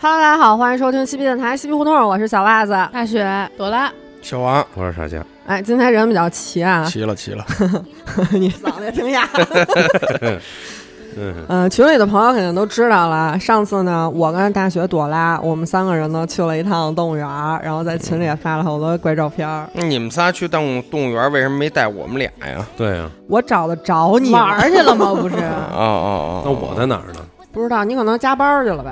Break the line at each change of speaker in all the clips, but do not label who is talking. Hello，大家好，欢迎收听西皮电台西皮胡同，我是小袜子。
大雪、朵拉，
小王
我是傻酱，
哎，今天人比较齐 啊，
齐了齐了，
你嗓子也挺哑。
嗯，
嗯，群里的朋友肯定都知道了。上次呢，我跟大学朵拉，我们三个人呢去了一趟动物园儿，然后在群里也发了好多怪照片儿。
嗯你们仨去动物动物园为什么没带我们俩呀？
对啊呀，
我找得着你吗
玩儿去 了吗？不是，
哦哦哦，
那我在哪儿呢？
哦
不知道你可能加班儿去了呗？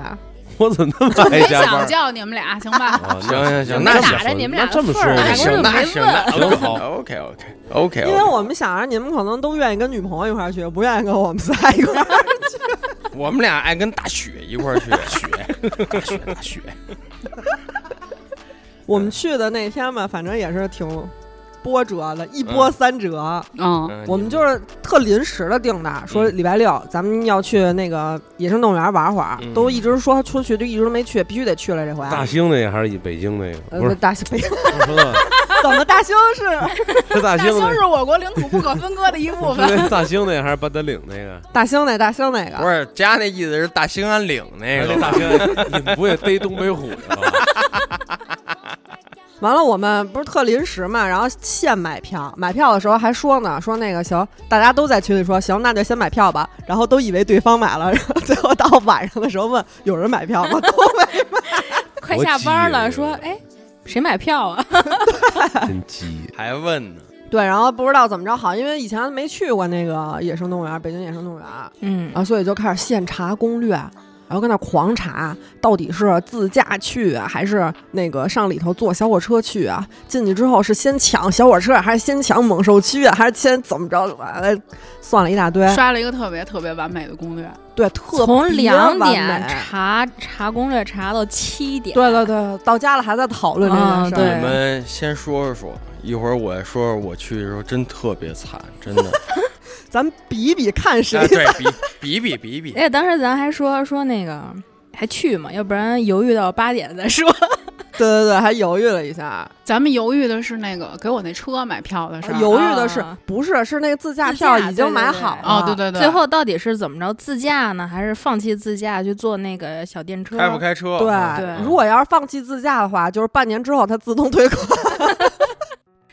我怎么那么
没
爱加
想
班？
叫你们俩，行吧？
啊
行行行
那
那
打着你们俩
这么
份儿啊
那
呢
说，
行那行那
挺好。
OK OK
哎
OK
因为
OK，
我们想着你们可能都愿意跟女朋友一块儿去，不愿意跟我们仨一块 儿。
我们俩爱跟大雪一块儿去，雪大雪大雪，
我们去的那天吧，反正也是挺波折的，一波三折。
嗯，
嗯
我们就是特临时的定的，说礼拜六咱们要去那个野生动物园玩会儿，
嗯
都一直说出去，就一直都没去，必须得去了这回。
大兴那个还是以北京那个？
呃
不是，
大兴， 不是
我说的
怎么大兴是
是大
大
兴
兴
那
是
个
我国领土不可分割的一 部分。
是那大兴那个还是八达岭那个？
大兴那大兴那个？
不是家那意思是大兴安岭那
那
个，
大兴，你们不也逮东北虎去 了？
完了，我们不是特临时嘛，然后现买票，买票的时候还说呢，说那个行，大家都在群里说行，那就先买票吧，然后都以为对方买了， 然后最后到晚上的时候问有人买票吗？ 都没
快下班
我
了，
记
说，哎，谁买票啊？
真鸡，
还问呢，
对，然后不知道怎么着好，因为以前没去过那个野生动物园，北京野生动物园，
嗯
然，啊后所以就开始现查攻略，然后跟那狂查到底是自驾去啊还是那个上里头坐小火车去啊？进去之后是先抢小火车，还是先抢猛兽区啊，还是先怎么着？完了，算了一大堆，
嗯刷了一个特别特别完美的攻略，
对，特
从
别
两
完
点
美
查查攻略查到七点，
对对对，到家了还在讨论这件
嗯
事儿。
对
你们先说说，一会儿我说说我去的时候真特别惨，真 的，
咱们比一比看谁
哎对比
而
比比比
哎
比，
且哎当时咱还说说那个还去吗？要不然犹豫到八点再说。
啊
对对对，还犹豫了一下，
咱们犹豫的是那个给我那车买票的事儿。
犹豫的是
啊
不是是那个自驾
自
票
驾
已经
对对
买
对
好了？
哦，对对对，
最后到底是怎么着？自驾呢，还是放弃自驾去坐那个小电车？啊
开不开车？啊
对，
对
如果要是放弃自驾的话，就是半年之后它自动退款。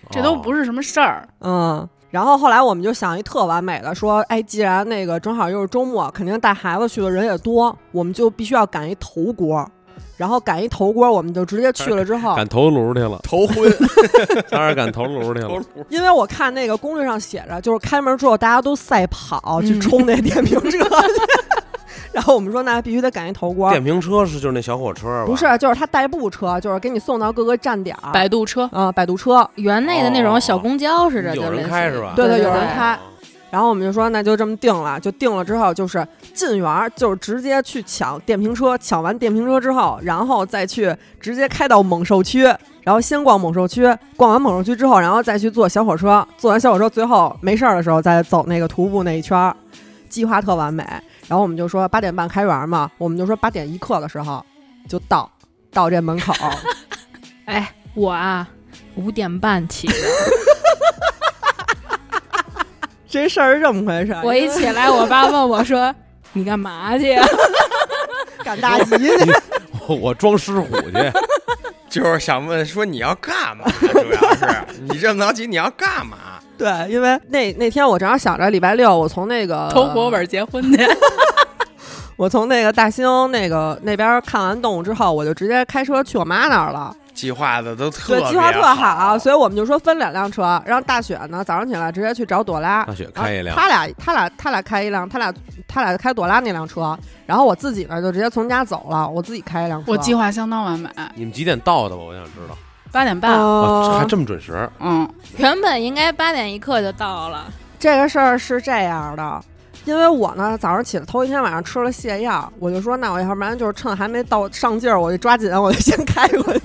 这都不
是
是什么事儿。
嗯，然后后来我们就想一特完美的，说，哎，既然那个正好又是周末，肯定带孩子去的人也多，我们就必须要赶一头锅。然后赶一头锅，我们就直接去了之 后，
赶头颅去了，
头昏，
当然赶头颅去
头
了。
颅
因为我看那个攻略上写着，就是开门之后大家都赛跑、
嗯
去冲那电瓶车， 然后我们说那必须得赶一头锅，
电瓶车是就是那小火车吧？
不是，就是他代步车，就是给你送到各个站点儿，
摆渡车，
啊、摆渡车，
园内的那种小公交似的，
哦有
就类
人
似
开
于
是吧？
对
对
对，
对
有人
对
开。
啊
然后我们就说那就这么定了，就定了之后就是进园儿，就是直接去抢电瓶车，抢完电瓶车之后，然后再去直接开到猛兽区，然后先逛猛兽区，逛完猛兽区之后，然后再去坐小火车，坐完小火车最后没事儿的时候再走那个徒步那一圈儿，计划特完美。然后我们就说八点半开园嘛，我们就说八点一刻的时候就到到这门口，
哎，我啊五点 半起，
这事儿是这么回事儿，
我一起来，我爸问我说你干嘛去啊？
赶大集去。
我我装狮虎去。
就是想问说你要干嘛？主要 是你这么着急，你要干嘛？
对，因为那那天我正好想着礼拜六，我从那个
投国本结婚去。
我从那个大兴那个那边看完动物之后，我就直接开车去我妈那儿了。
计划的都特
对
别，
计划特
好，
所以我们就说分两辆车，让大雪呢早上起来直接去找朵拉
大，雪啊开一辆，
啊
他俩他俩他俩开一辆，他俩他俩开朵拉那辆车，然后我自己呢就直接从家走了，我自己开一辆车。
我计划相当完美，
你们几点到的吧？我想知道。
八点半。
啊，
呃
还这么准时？
嗯，
哦原本应该八点一刻就到了，
这个事儿是这样的，因为我呢早上起来头一天晚上吃了泻药，我就说那我要不然就是趁还没到上劲儿，我就抓紧，我就先开过去，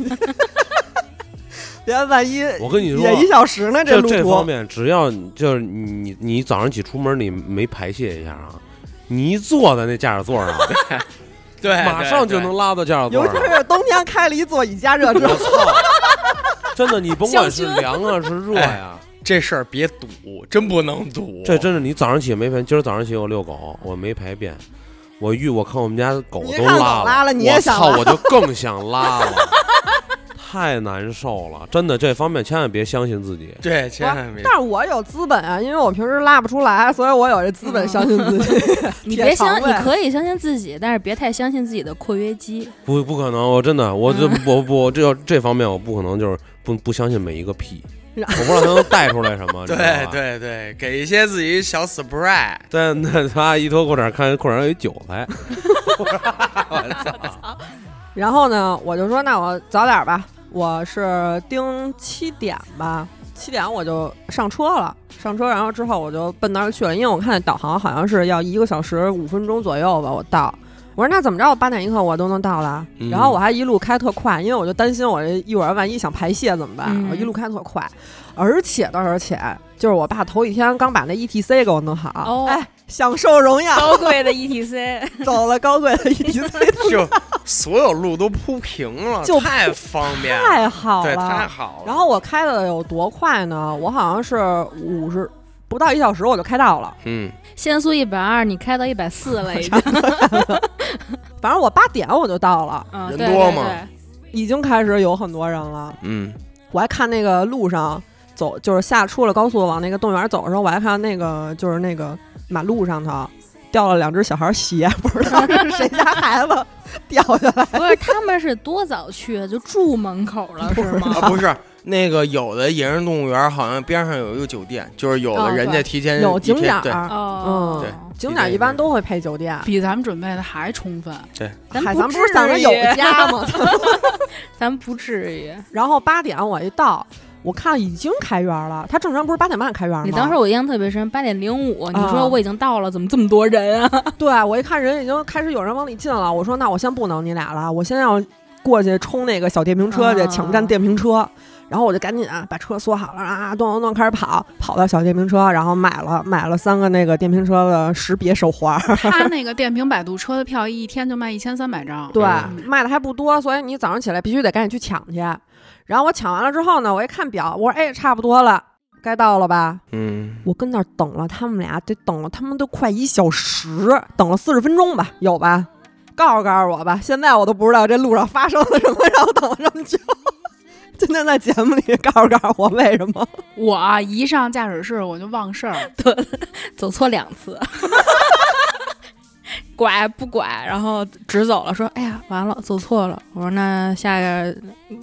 别万一
我跟你说，
也一小时呢，
这
路
这方
途。
面，只要你就是你你早上起出门，你没排泄一下啊，你一坐在那驾驶座 上，
对，
马上就能拉到驾驶
尤
座
其
上。
是冬天开了一座椅加热之 后
我，操！真的，你甭管是凉啊是热呀，
这事儿别赌，真不能赌。
这真是你早上起没排。今儿早上起我遛狗，我没排便，我遇我看我们家狗
你
都
看狗
拉
拉了你也
我
想
操，
拉
我就更想拉了， 太难受了，真的这方面千万别相信自己。
对，千
啊
万别
但是我有资本啊，因为我平时拉不出来，所以我有这资本相信自己。
你
铁
别
肠
相，你
胃
可以相信自己，但是别太相信自己的括 约肌。
不，不可能！我真的，我
嗯
这我不我这要这方面我不可能就是不不相信每一个屁，我
然
不知道他能带出来什 么。你知道
对
吧，
对对，给一些自己 小 surprise。
但 那他一脱裤衩看裤衩上有一韭菜，
然后呢，我就说那我早点吧，我是盯七点吧，七点我就上车了，上车然后之后我就奔那儿去了，因为我看导航好像是要一个小时五分钟左右吧，我到。我说那怎么着，我八点一刻我都能到了，
嗯
然后我还一路开特快，因为我就担心我这一会儿万一想排泄怎么办，
嗯
我一路开特快，而且到而且就是我爸头一天刚把那 ETC 给我弄好，
哦
哎，享受荣耀，
高贵的
E
ETC，
走了高贵的 E ETC，
就所有路都铺平了，
就
太方便了，
太好
对，
了，
太好了。
然后我开的有多快呢？我好像是五十不到一小时我就开到了，
嗯，
限速一百二，你开到一百四了已经。
反正我八点我就到了，
嗯，
人
对
多
对
吗
对，
已经开始有很多人了。
嗯
我还看那个路上走，就是下出了高速往那个动物园走的时候，我还看那个就是那个马路上头掉了两只小孩鞋， 不知道 是谁家孩子掉下来。
不是他们是多早去的，就住门口了是吗？
啊，不是那个有的野生动物园好像边上有一个酒店，就是有
哦
的
对
人家提前
有
呃一
景
天
点
对
儿，
嗯
哦，
对
对
景点儿一般都会配酒店。
比咱们准备的还充 分。
咱
嗨，
不
咱不是
至
想着有
于
家吗？
咱不至于。
然后八点我一到，我看已经开园了。他正常不是八点半开园吗？
你当时我印象特别深，八点零五，你
啊
说我已经到了，怎么这么多人啊？
对我一看人已经开始有人往里进了，我说那我先不能你俩了，我先要过去冲那个小电瓶车去，
啊
抢占电瓶车。然后我就赶紧啊把车锁好了啊，咚咚咚开始跑，跑到小电瓶车，然后买了买了三个那个电瓶车的识别手环儿，
他那个电瓶摆渡车的票一天就卖一千三百张，
对，
嗯
卖的还不多，所以你早上起来必须得赶紧去抢去。然后我抢完了之后呢，我一看表，我说哎差不多了，该到了吧？
嗯，
我跟那儿等了他们俩，得等了他们都快一小时，等了四十分钟吧，有吧？告诉告诉我吧，现在我都不知道这路上发生了什么，让我等了这么久。今天在节目里告诉告诉我为什么？
我啊一上驾驶室我就忘事儿，
走错两次， 拐不拐，然后直走了，说哎呀完了，走错了。我说那下个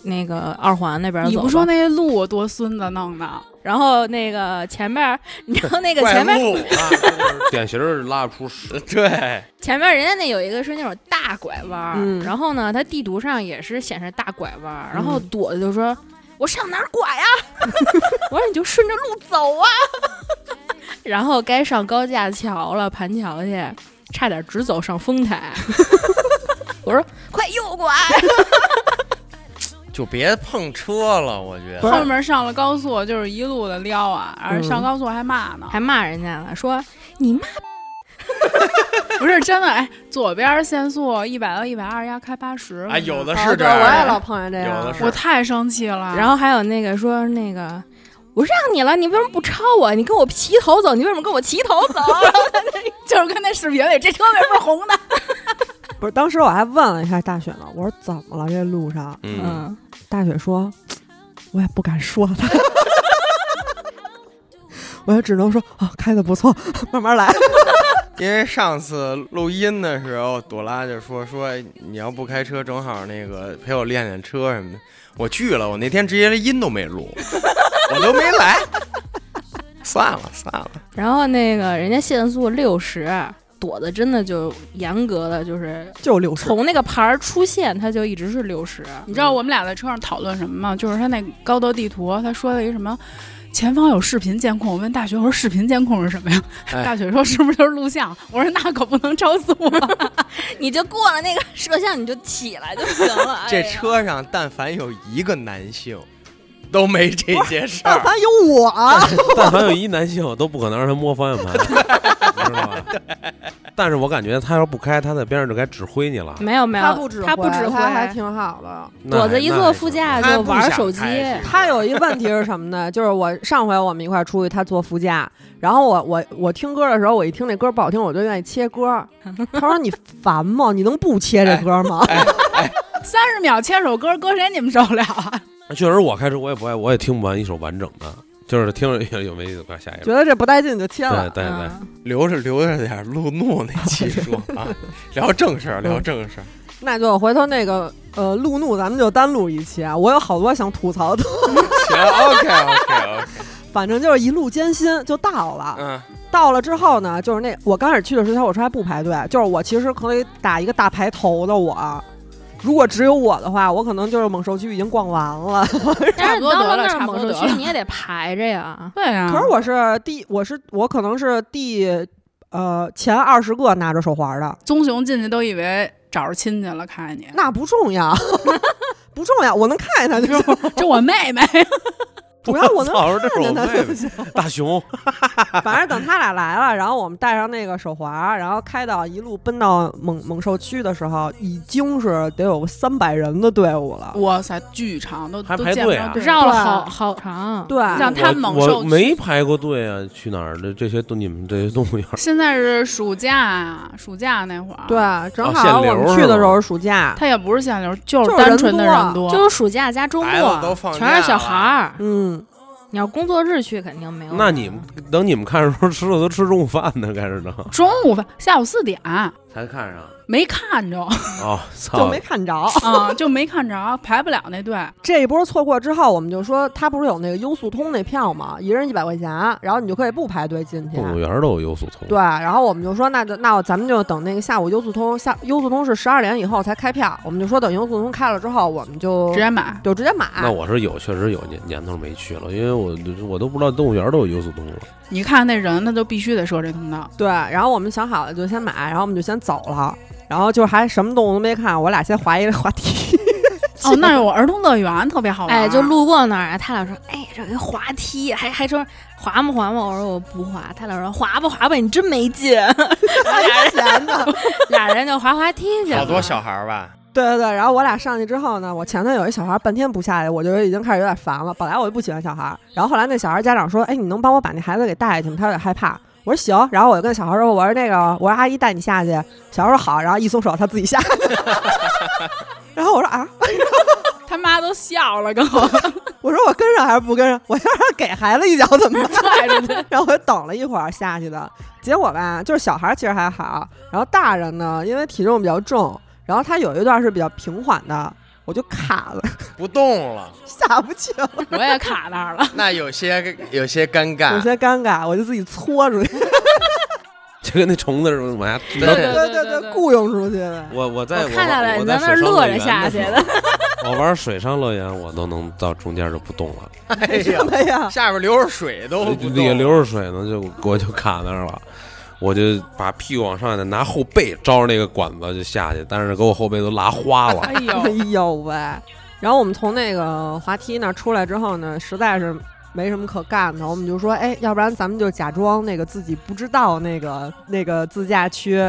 那个二环那边走吧。
你不说那路多孙子弄的，
然后那个前面，你知道那个
怪
前面
路
啊就是典型儿拉不 出屎。
对，
前面人家那有一个是那种大拐弯儿，
嗯
然后呢，它地图上也是显示大拐弯儿，
嗯
然后朵就说。我上哪儿拐呀、 我说你就顺着路走啊。 然后该上高架桥了，盘桥去，差点直走上 丰台。我说快右拐，
就别碰车了，我觉
不
得
是
后面上了高速就是一路的撩啊，而
嗯
上高速还骂呢，
还骂人家了，说你妈
不是真的哎，左边限速一百到一百二，压开八十
啊，有的
啊
是这
对我也
样，
老哎碰见这
有的
样。
是
我太生气
啊
了，
然后还有那个说那个，我让你了，你为什么不超我？你跟我齐头走，你为什么跟我齐头走？然后他那就是跟那视频里这车为什么是红的？
不是，当时我还问了一下大雪呢，我说怎么了？这路上，
嗯，，
大雪说，我也不敢说他， 我也只能说啊，开的不错，慢慢来。
因为上次录音的时候，朵拉就说说你要不开车，正好那个陪我练练车什么的。我去了，我那天直接连音都没录， 我都没来。算了算了，
然后那个人家限速六十，躲的真的就严格的就是。
就六 十，
从那个牌儿出现，它就一直是六十。
你知道我们俩在车上讨论什么吗？就是他那高德地图，啊他说了一个什么，前方有视频监控。我问大学，我说视频监控是什么呀？
哎
大学说是不是就是录像？我说那可不能超速啊！
你就过了那个摄像，你就起来就行了。哎
这
呀
车上但凡有一个男性，都没这些事
但
儿。
凡有我，
但凡有一男性，都不可能让他摸方向盘，你知道吧？但是我感觉他要是不开，他在边上就该指挥你了。
没有没有，
他
他
不指挥，
他不指
他还
挥，
挺好的。
那
嗯躲
还
着一坐副，
那还
驾
行
他
就
不
玩
想
手机。
开是吧
他有一问题是什么呢？ 就是我上回我们一块儿出去，他坐副驾，然后我我我听歌的时候，我一听那歌不好听，我就愿意切歌。他说你烦吗？你能不切这歌吗？
三十秒切首歌，搁谁你们受不了啊？
确实，我开车我也不爱，我也听不完一首完整的，就是听着 有有没意思，快下一
觉
个。
得这不带劲就切
对
了。
对对，
嗯
留着留着点路怒那期说啊，聊正事儿，聊正事儿。
那就回头那个呃路怒，咱们就单录一期啊。我有好多想吐槽的，
行，OK OK OK，
反正就是一路艰辛就到了。
嗯，
到了之后呢，就是那我刚开始去的时候，我说还不排队，就是我其实可以打一个大排头的我。如果只有我的话，我可能就是猛兽区已经逛完了。
但是你到了那
差
儿
不
猛
多
兽
得了差不多得
区，你也得排着 呀。
对啊呀、
可是我是第，我是我可能是第呃前二十个拿着手环的，
棕熊进去都以为找着亲戚了，看见你，
那不重要， 不重要，我能看见他就行。
这我妹妹，
主要我能
操这是
看
我
见他
妹
就
妹
行。
大熊，
反正等他俩来了，然后我们戴上那个手环，然后开到一路奔到猛猛兽区的时候，已经是得有三百人的队伍了。
哇塞，巨长都
还
都
排
见不
队
着
啊
队
绕了
对啊
好好长。
对，
像他猛
我
兽
我
区
没排过队啊，去哪儿的这些动你们这些动物园儿？
现在是暑假啊，暑假那会儿，，
对，啊正
哦
好
限
我
流
们
是
去的
吗
时候是暑假，
它也不是限流，
就
就
是是人
单纯的
多
人多，
就是暑假加周
孩子都
末
放，假
全是小孩儿。
嗯，
你要工作日去肯定没有。
那你们等你们看的时候，吃的都吃中午饭呢，开始呢，
中午饭下午四点
才看上。
没看着
哦，
就
操
没！看着。
啊， 就没看着，排不了那队。
这一波错过之后，我们就说他不是有那个优速通那票吗？一人一百块钱，然后你就可以不排队进去。
动物园儿都有优速通。
对，然后我们就说，那就那咱们就等那个下午优速通下优速通是十二点以后才开票，我们就说等优速通开了之后，我们就
直接买。
就直接买。
那我是有，确实有年年头没去了，因为我我都不知道动物 园都有优速通了。
你看那人，那就必须得设这通道。
对，然后我们想好了就先买，然后我们就先走了，然后就是还什么动物都没看，我俩先滑一滑梯。
哦，那有儿童乐园，特别好玩。
哎，就路过那儿，他俩说：“哎，这有一滑梯，还还说滑吗滑吗？”我说：“我不滑。”他俩说：“滑吧滑吧，你真没 劲。
花钱呢？
俩人就滑滑梯去了。
好多小孩儿吧，
对对对，然后我俩上去之后呢，我前头有一小孩半天不下来，我就已经开始有点烦了。本来我就不喜欢小孩，然后后来那小孩家长说：“哎，你能帮我把那孩子给带下去吗？”他有点害怕。我说行，然后我就跟小孩说：“我说那个，我说阿姨带你下去。”小孩说好，然后一松手，他自己下去了。然后我说啊，
他妈都笑了，跟我
我说我跟上还是不跟上？我要是给孩子一脚怎么办？
拽着他。
然后我就等了一会儿下去的，结果吧，就是小孩儿其实还好，然后大人呢，因为体重比较重，然后他有一段是比较平缓的，我就卡了，
不动了，
下不去了，
我也卡那儿了。
那有些有些尴
有
尬。
些尴尬，我就自己搓出去，
就跟那虫子似的往下
对
挠
对
对
对对
对，
对
雇佣出去的。
我我在
我看见了
我
你
在
在那儿
水上
乐
乐
着
园
下
的时候 我玩水上乐园，我都能到中间就不动了，
哎
什么
呀，
呀？
下边流着水都不
也
动，
流着水呢，就我就卡那儿了。我就把屁股往上的，拿后背招着那个管子就下去，但是给我后背都拉花了。
哎
哎
呦，
呦喂！然后我们从那个滑梯那儿出来之后呢，实在是没什么可干的，我们就说，哎，要不然咱们就假装那个自己不知道那个那个自驾区。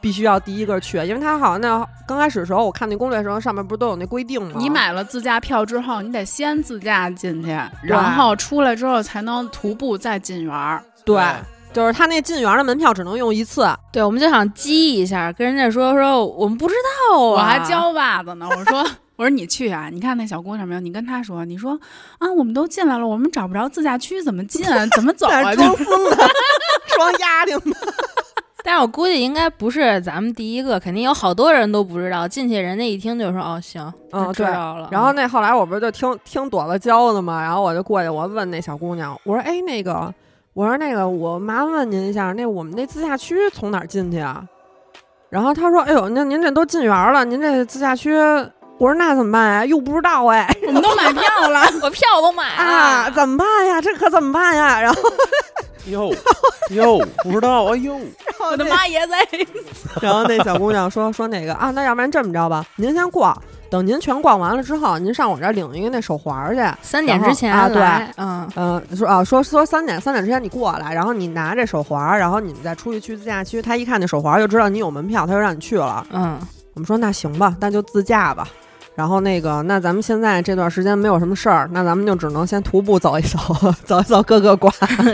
必须要第一个去，因为它好像那刚开始的时候，我看那攻略的时候，上面不是都有那规定吗？
你买了自驾票之后，你得先自驾进去，然后出来之后才能徒步再进园儿。
对，就是它那进园的门票只能用一次，
对，我们就想激一下，跟人家说说我们不知道、啊，
我还教袜子呢，我说 我说你去啊，你看那小姑娘没有？你跟她说，你说啊，我们都进来了，我们找不着自驾区，怎么进啊？怎么 走
在那
啊？
儿
就
装疯的，装丫的呢。
但是我估计应该不是咱们第一个，肯定有好多人都不知道。进去人家一听就说哦行，
嗯，
知
对。
道了。
然后那后来我不是就听听朵子教的嘛，然后我就过去，我问那小姑娘，我说：“哎，那个，我说那个，我麻烦问您一下，那我们那自驾区从哪儿进去啊？”然后她说：“哎呦，那您这都进园了，您这自驾区。”我说：“那怎么办呀？又不知道哎啊
我 们都买票了，
我票都买了，
啊，怎么办呀？这可怎么办呀？”然后
哟哟，不知道，哎呦，
我
我的妈也在，
然后那小姑娘说说那个啊，那要不然这么着吧，您先逛，等您全逛完了之后，您上我这儿领一个那手环儿去。
三点之前
然后啊对
来，嗯，
嗯、说啊，说说三点三点之前你过来，然后你拿这手环儿，然后你们再出去去自驾区。他一看那手环儿就知道你有门票，他就让你去了。
嗯，
我们说那行吧，那就自驾吧。然后那个，那咱们现在这段时间没有什么事儿，那咱们就只能先徒步走一走，走一走各个馆。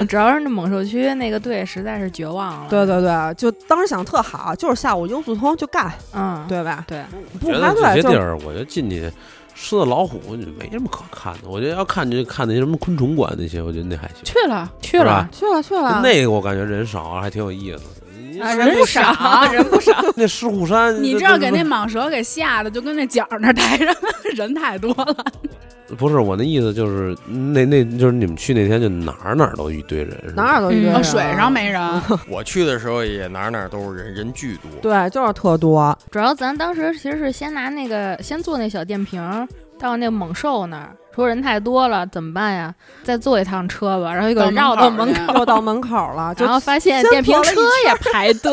主要是那猛兽区那个队实在是绝望了，
对，对对，就当时想特好，就是下午优速通就干，
嗯，
对吧？
对，
不
觉
排
得这
队
些
就
地儿，我觉得进去狮子、老虎就没什么可看的。我觉得要看就看那些什么昆虫馆那些，我觉得那还行。
去了，
去了
是吧。
去了去了。
那个我感觉人少啊还挺有意思的。 你
啊人不少，人不少。
那狮虎山，
你知道给那蟒蛇给吓得，就跟那角儿那儿待着， 人太多了。
不是我那意思就是那那就是你们去那天就哪儿哪儿都一堆人，是吧
哪儿都一堆
嗯
人、
哦水上没人，
我去的时候也哪儿哪儿都是人，人巨多。
对，就是特多。
主要咱当时其实是先拿那个先坐那小电瓶儿到那个猛兽那儿，说人太多了怎么办呀？再坐一趟车吧，然后又给绕到门口，
口
又到门口了，就
然后发现
先
电瓶
坐了一
车也排队，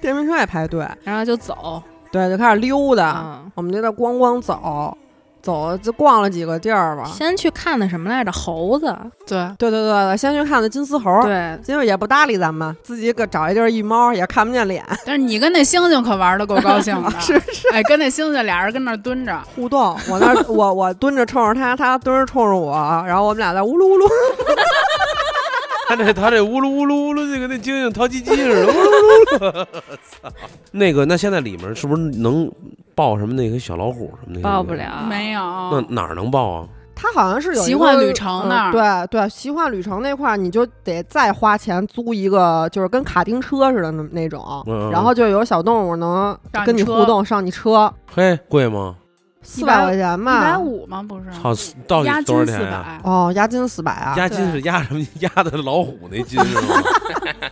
电瓶车也排队，
然后就走
对，就开始溜达。
啊。
我们就在咣咣走，走就逛了几个地儿吧。
先去看那什么来着，猴子，
对，
对对对对，先去看的金丝猴，
对，
结果也不搭理咱们，自己个找一地儿一猫也看不见脸，
但是你跟那猩猩可玩的够高兴的，
是是啊
哎，跟那猩猩俩人跟那儿蹲着，
互动。我那儿我我蹲着冲着他，他蹲着冲着我，然后我们俩在呜噜呜噜。
他这他这呜噜呜噜呜噜，就跟那猩猩淘气鸡似的，呜噜呜噜呜 噜。操！那个，那现在里面是不是能抱什么那个小老虎什么的？
报不。了，
没
那
有。
哪儿能抱啊？
他好像是有一个
奇幻旅程那儿
嗯对对，奇幻旅程那块儿你就得再花钱租一个，就是跟卡丁车似的那那种，
嗯嗯
然后就有小动物能
上你
跟你
车
互动，上你车，
嘿，贵吗？
四百块钱
一百
吧。
五吗？不是，
操，到
嗯押
底多
金
少
四
钱啊？
百，
哦，押金四百啊！
押金是押什么？ 押的老虎那金是吗？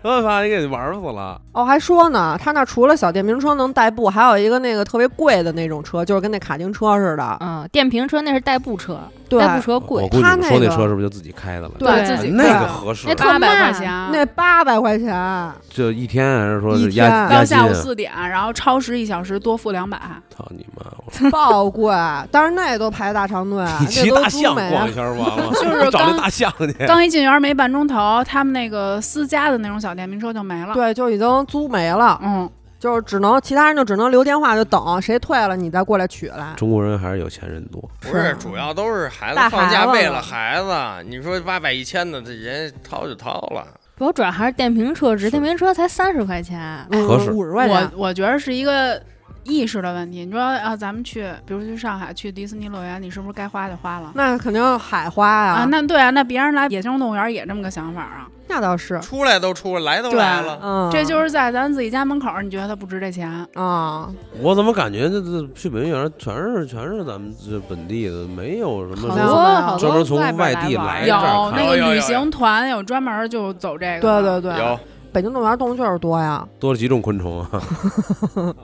我把你给玩死了！
哦，还说呢，他那除了小电瓶车能代步，还有一个那个特别贵的那种车，就是跟那卡丁车似的。
嗯，电瓶车那是代步车，
对，
代步车
我
贵，
估计
他
你们说
那
那
个
车是不是就自己开的了？
对
自
哎
己
那
开
个
的
合适
那，特
八百块
慢
钱，
那八百块钱，
就一天还是说
一
是
天
押
到
押金
下午
啊？哎
四点，然后超时一小时多付两百。
操你妈！我
爆贵！当然那也都排大长队，
你
那
骑
都啊
大
是中
象
美
逛一圈完了，
就是
找那
刚
大象去。
刚一进园没半钟头，他们那个私家的那种小电瓶车就没了。，
对，就已经租没了，
嗯，
就是只能其他人就只能留电话，就等谁退了你再过来取来。
中国人还是有钱人多，
不是，主要都是孩子
带
放假
孩子
为
了
了孩子，你说八百一千的，这人掏就掏了。
不过主要还是电瓶车，只
是
电瓶车才三十块钱，
合适
嗯五十块
我
钱，
我觉得是一个意识的问题。你说啊，咱们去，比如去上海去迪士尼乐园，你是不是该花就花了？
那肯定海花呀。
啊，那对啊，那别人来野生动物园也这么个想法啊，
那倒是，
出来都出来，来都
对
来了。
嗯，
这就是在咱自己家门口儿，你觉得它不值这钱？
啊，
我怎么感觉这这去北京园全是全是咱们这本地的，没有什么
好
像
说
多好多
专门从
外边
外地
玩
来
儿
这的儿看
有那
有
个
有
旅
有
行团有专门儿就走这个
对
的，
对对，
有
北京动物园动物就是多呀，
多了几种昆虫啊，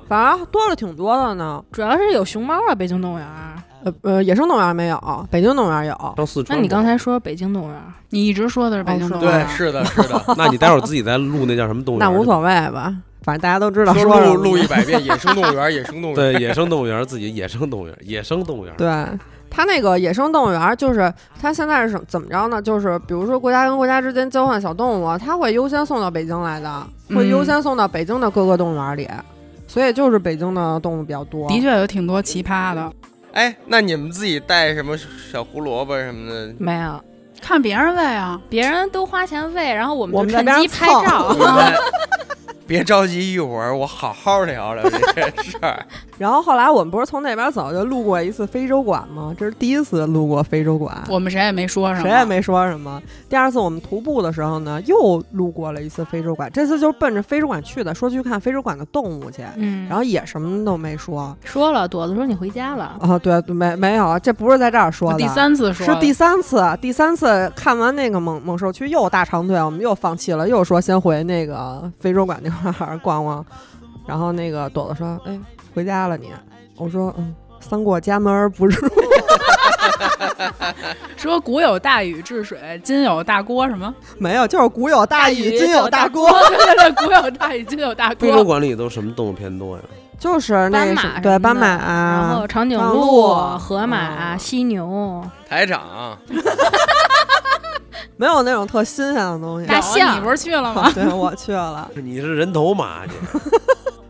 反正多了挺多的呢。
主要是有熊猫啊，北京动物园儿。
呃呃，野生动物园没有，北京动物园有。
上四
那
川吧。
你 刚才说北京动物园儿，
你一直说的是北
哦
京
是
动物
吗
园
对，
儿，
嗯是的，是的。
那你待会儿自己再录那叫什么动物园
那
儿？
无所谓吧，反正大家都知道
说
说什
录
么
录一百遍《野生动物园》，《野生动物园
对，野生动物园儿自己野生动物园儿，野生动物园儿。
对。它那个野生动物园，就是它现在是什怎么着呢？就是比如说国家跟国家之间交换小动物，它会优先送到北京来的，会
嗯
优先送到北京的各个动物园里，所以就是北京的动物比较多。
的确有挺多奇葩的。》。
哎，那你们自己带什么小胡萝卜什 么的？
没有，
看别人喂啊，
别人都花钱喂，然后我
我
们
们
就
在
趁
边
机拍
蹭
照
你。 们哎别着急，一会儿我好好聊聊这件事儿。
然后后来我们不是从那边走就路过一次非洲馆吗？这是第一次路过非洲馆，
我们谁也没说什么，
谁也没说什么。第二次我们徒步的时候呢，又路过了一次非洲馆，这次就是奔着非洲馆去的，说去看非洲馆的动物去，
嗯，
然后也什么都没说。
说了，朵子说你回家了，
啊，对，没没有，这不是在这儿说的，
我嗯哦第三次说
是
的
第三次，第三次看完那个猛猛兽区又大长腿，我们又放弃了，又说先回那个非洲馆那块儿逛逛。然后那个朵朵说：“哎，回家了你？”我说：“嗯，三过家门而不入。”
说古有大禹治水，今有大锅什么？
没有，就是古有大禹，今有大
锅
锅。。
对对对，古有大禹，今有大
非洲
锅。
管理都什么动物偏多呀？
就是那
斑
个
马
什
什么
对
的
斑马、啊
然后长颈
长
鹿、
鹿
河马、
嗯
犀牛、
台长，
没有那种特新鲜的东西。？
大象
你不是去了吗
对，我去了。
你是人头马，你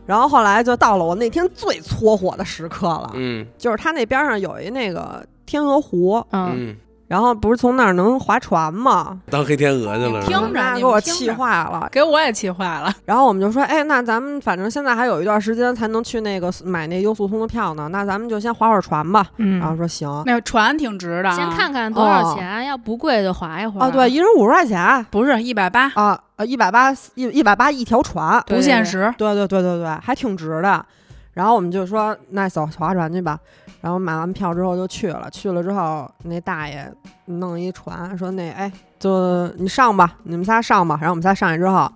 然后后来就到了我那天最搓火的时刻了，
嗯
就是它那边上有一那个天鹅湖，
嗯，
嗯，
然后不是从那儿能划船吗？
当黑天鹅去了是
听
吧
着？
那
你
给我
们听
气
着
坏了。
给我也气坏了。
然后我们就说，哎，那咱们反正现在还有一段时间才能去那个买那优速通的票呢，那咱们就先划会儿船吧。
嗯
然后说行，
那船挺值的啊，
先看看多少
哦
钱，要不贵就划一划。
哦，对，一人五十块钱啊，
不是一百八，
呃，一百八一一百八一条船，
对
不限时。
对对对对对，还挺值的。然后我们就说那走划船去吧。然后买完票之后就去了，去了之后那大爷弄一船，说那哎，就你上吧，你们仨上吧。然后我们仨上去之后，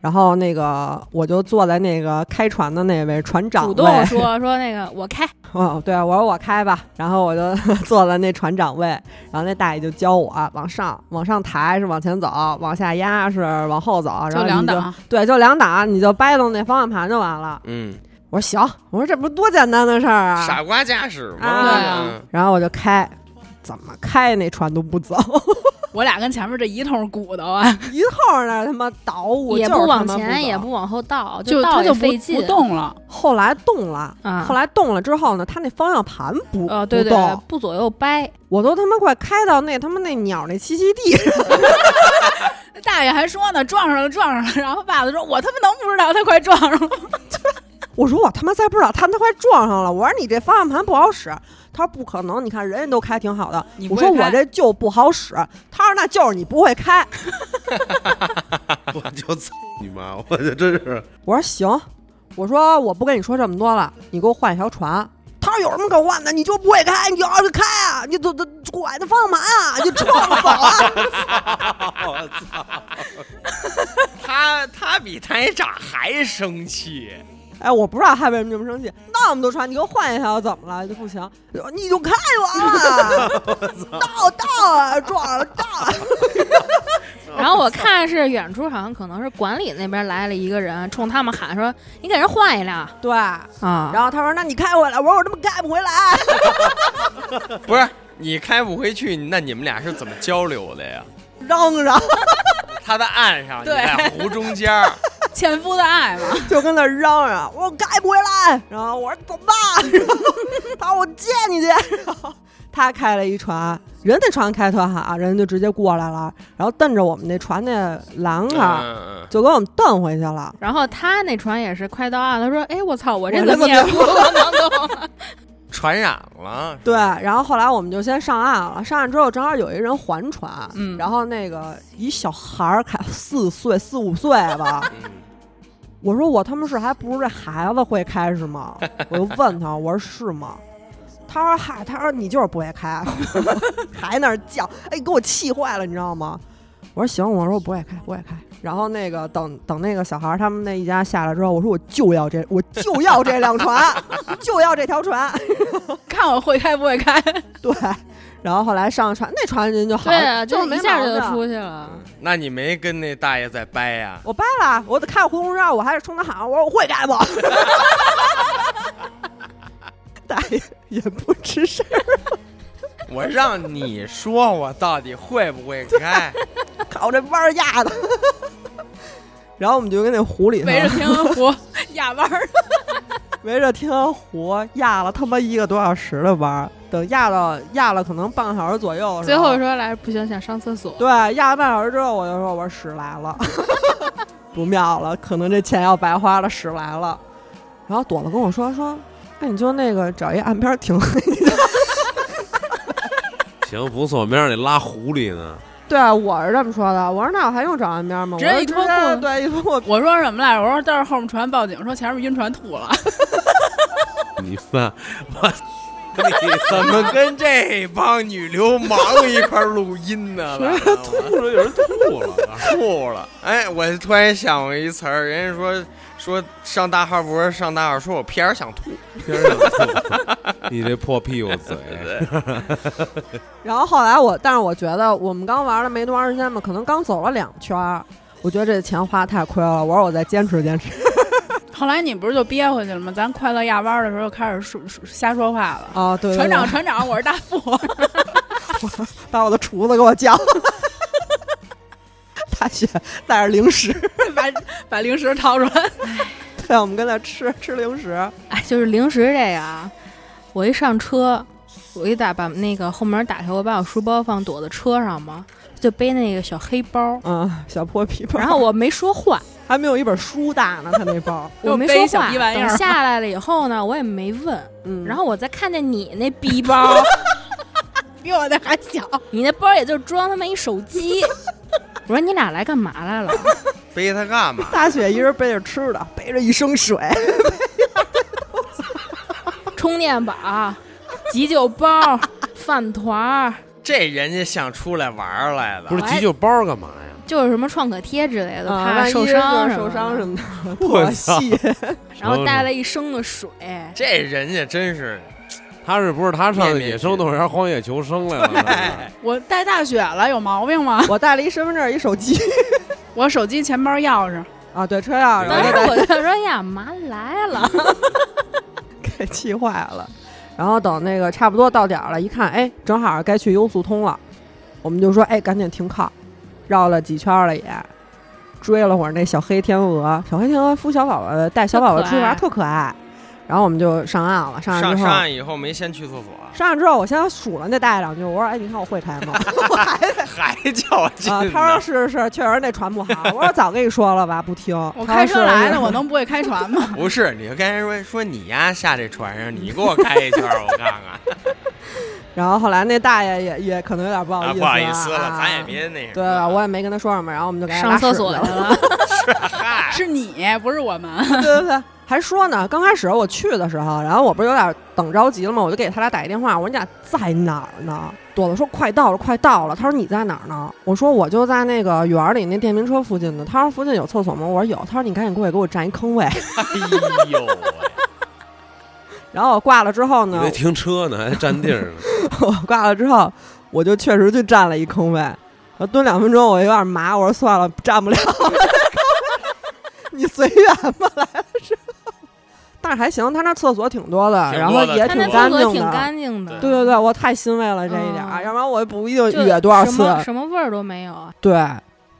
然后那个我就坐在那个开船的那位船长
主
位，
动说 说那个我开，
哦，对，我说我开吧，然后我就 坐在那船长位，然后那大爷就教我往上，往上抬是往前走，往下压是往后走，然后
就两
你
档，
对，就两档，你就掰动那方向盘就完了。
嗯，
我说行，我说这不是多简单的事儿啊。
傻瓜驾驶嘛，
啊
对
嗯
啊
然后我就开，怎么开那船都不走，
我俩跟前面这一通鼓捣啊，
一通儿那他妈捣鼓，
也
就是他妈不
往
走
前，也。不往后倒，
就
倒
他
也
就不
费劲
不。动了。
后来动了，
啊
后来动了之后呢，他那方向盘不
呃，对
不
对，
动，
不左右掰，
我都他妈快开到那他妈那鸟那栖息地
大爷还说呢，撞上了，撞上了。然后爸爸说：“我他妈能不知道他快撞上了
我说我他妈才不知道，他们都快撞上了。我说你这方向盘不好使。他说不可能，你看人家都开挺好的
你。不
我
会
说我
开
这就不好使。他说那就是你不会开。
我就操你妈！我就真是
我说行，我说我不跟你说这么多了，你给我换一条船。他说有什么可换的？你就不会开，你就要是开啊，你就就拐那方向盘啊，你就撞了走啊。
他他比台长还生气，
哎，我不知道他为什么这么生气，那么多船，你给我换一条怎么了？就不行，你就开完了，到到啊，撞了 到啊。
然后我看是远处好像可能是管理那边来了一个人，冲他们喊说：“你给人换一辆
对，
啊！”
然后他说：“那你开回来。”我说：“我他妈开不回来。
不是你开不回去，那你们俩是怎么交流的呀？”
嚷嚷，
他在岸上，你
对
在湖中间儿，？”
前夫的爱嘛，
就跟那儿嚷嚷，我说开不回来。然后我说怎么办？然后他说我接你去。然后他开了一船，人那船开特好，人就直接过来了，然后瞪着我们那船那栏
嗯
杆儿，
嗯嗯
就给我们瞪回去了。
然后他那船也是快到岸了，说：“哎，我操，我这
我这
怎么
怎么
也不能动？
传染了，
对，然后后来我们就先上岸了。上岸之后，正好有一人还船，
嗯
然后那个一小孩儿，看四岁四五岁吧，
嗯
我说我他妈是还不如这孩子会开是吗？我就问他，我说是吗？他说嗨，他说你就是不会开， 还那儿叫，哎，给我气坏了，你知道吗？我说行，我说我不会开，不会开。然后那个等等那个小孩儿他们那一家下来之后，我说我就要这，我就要这辆船， 就要这条船。
看我会开不会开。
对，然后后来上船，那船人就好，
对啊，
就是
一
没
下
毛
就
病
出去了。
那你没跟那大爷在掰呀？
我掰了，我得开我胡同绕，我还是冲他喊，我说我会开不？ 大爷也不吱声儿，
我让你说我到底会不会开？
靠这弯儿压的。 然后我们就跟那湖里头
围着天鹅湖 压弯儿，
围着天鹅湖压了他妈一个多小时的弯儿，等压到压了可能半个小时左右的时
最
候，
后说来不行，想上厕所。
对压了半小时之后，我就说我说屎来了， 不妙了，可能这钱要白花了，屎来了。然后朵朵跟我说说，那你就那个找一岸边儿停
行，不错，没让你拉狐狸呢。
对啊，我是这么说的。我说那我还用找岸边吗？
直
我
接
说
一脱裤
接
子
对，一脱裤子
我说什么来着？我说但是后面船报警说前面晕船吐了，
你妈，我你
怎么 跟这帮女流氓一块儿录音呢？完了我
吐了，有人吐了。
吐了！哎，我突然想过一词儿，人家说说上大号不是上大号，说我屁眼儿想吐，
天上吐， 你这破屁股嘴，
然后后来我，但是我觉得我们刚玩了没多长时间嘛，可能刚走了两圈儿，我觉得这钱花太亏了。我说我再坚持坚持。
后来你不是就憋回去了吗？咱快乐压弯的时候就开始说说瞎说话了。
啊，对对
船
对
长，船长，我是大副。
把我的厨子给我叫。 大雪带着零食，
把 把零食掏出来。
对，我们跟那吃吃零食。，
哎，就是零食这个啊，我一上车，我一打把那个后门打开，我把我书包放躲在车上嘛，就背那个小黑包
嗯，小破皮包。
然后我没说话，
还没有一本书大呢，他那包。
我没
背
说
小
话。
逼玩意儿
等下来了以后呢，我也没问。
嗯，
然后我再看见你那逼包，
比我那还小，
你那包也就装他妈一手机。我说你俩来干嘛来了？
背它干嘛？
大雪一人背着吃的，背着一升水。
充电宝、急 救包、饭团儿，
这人家想出来玩儿来了，
不是急救包干嘛呀？
就是什么创可贴之类的，
啊
怕
万一
受
就
伤
是受伤
什
什
么
么的，
我
多
操
细。
的，然后带了一升的水。
嗯
这人家真是
他是不是他上
面面
野生动物园荒野求生来 了？
我带大雪了，有毛病吗？
我带了一身份证，一手机
我手机、钱包、钥匙，
啊，对，车钥匙，
当
我都
时
带
我就说哎呀，妈来了，
给气坏了。然后等那个差不多到点儿了，一看，哎，正好该去优速通了，我们就说，哎，赶紧停靠，绕了几圈了也，追了会儿那小黑天鹅，小黑天鹅孵小宝宝，带小宝宝出去玩特
特
可爱。然后我们就上岸了，上岸
上
之
上
后，
岸以后没先去厕所，
上岸之后，我先数了那大爷两句，我说，哎，你看我会开 吗？我还得
还叫我进
啊，
呢。
他说是是，确实那船不好。我说早跟你说了吧，不听。
我
他
开
说
车
是
来的，我能不会开船 吗？
不是，你就跟人说说你呀下这船上，你给我开一圈儿，我看看。
然后后来那大爷也也可能有点不好意
啊，
思
不好意思了，
啊
咱也别那什么。
对吧？我也没跟他说什么，然后我们就给他
上厕所去
了。
啊
了。
嗨，
是你，不是我们。
对对对，还说呢，刚开始我去的时候，然后我不是有点等着急了吗？我就给他俩打一电话，我说你俩在哪儿呢？朵朵说快到了，快到了。他说你在哪儿呢？我说我就在那个园里那电瓶车附近呢。他说附近有厕所吗？我说有。他说你赶紧过去给我占一坑位。
哎呦喂，
然后我挂了之后
你
呢，
那停车呢，还占地儿呢。
我挂了之后，我就确实去占了一坑位，我蹲两分钟，我有点麻，我说算了，占不了，你随缘吧， 来了之后。但是还行，他那厕所挺多的，
挺
然
多
后
的
也
他那
干
厕
净
所挺
的。
干净的，
对对对，我太欣慰了这一点儿，
嗯
要不然我也不一定
就
哕多少
什么
次。
什么味儿都没有啊。
对，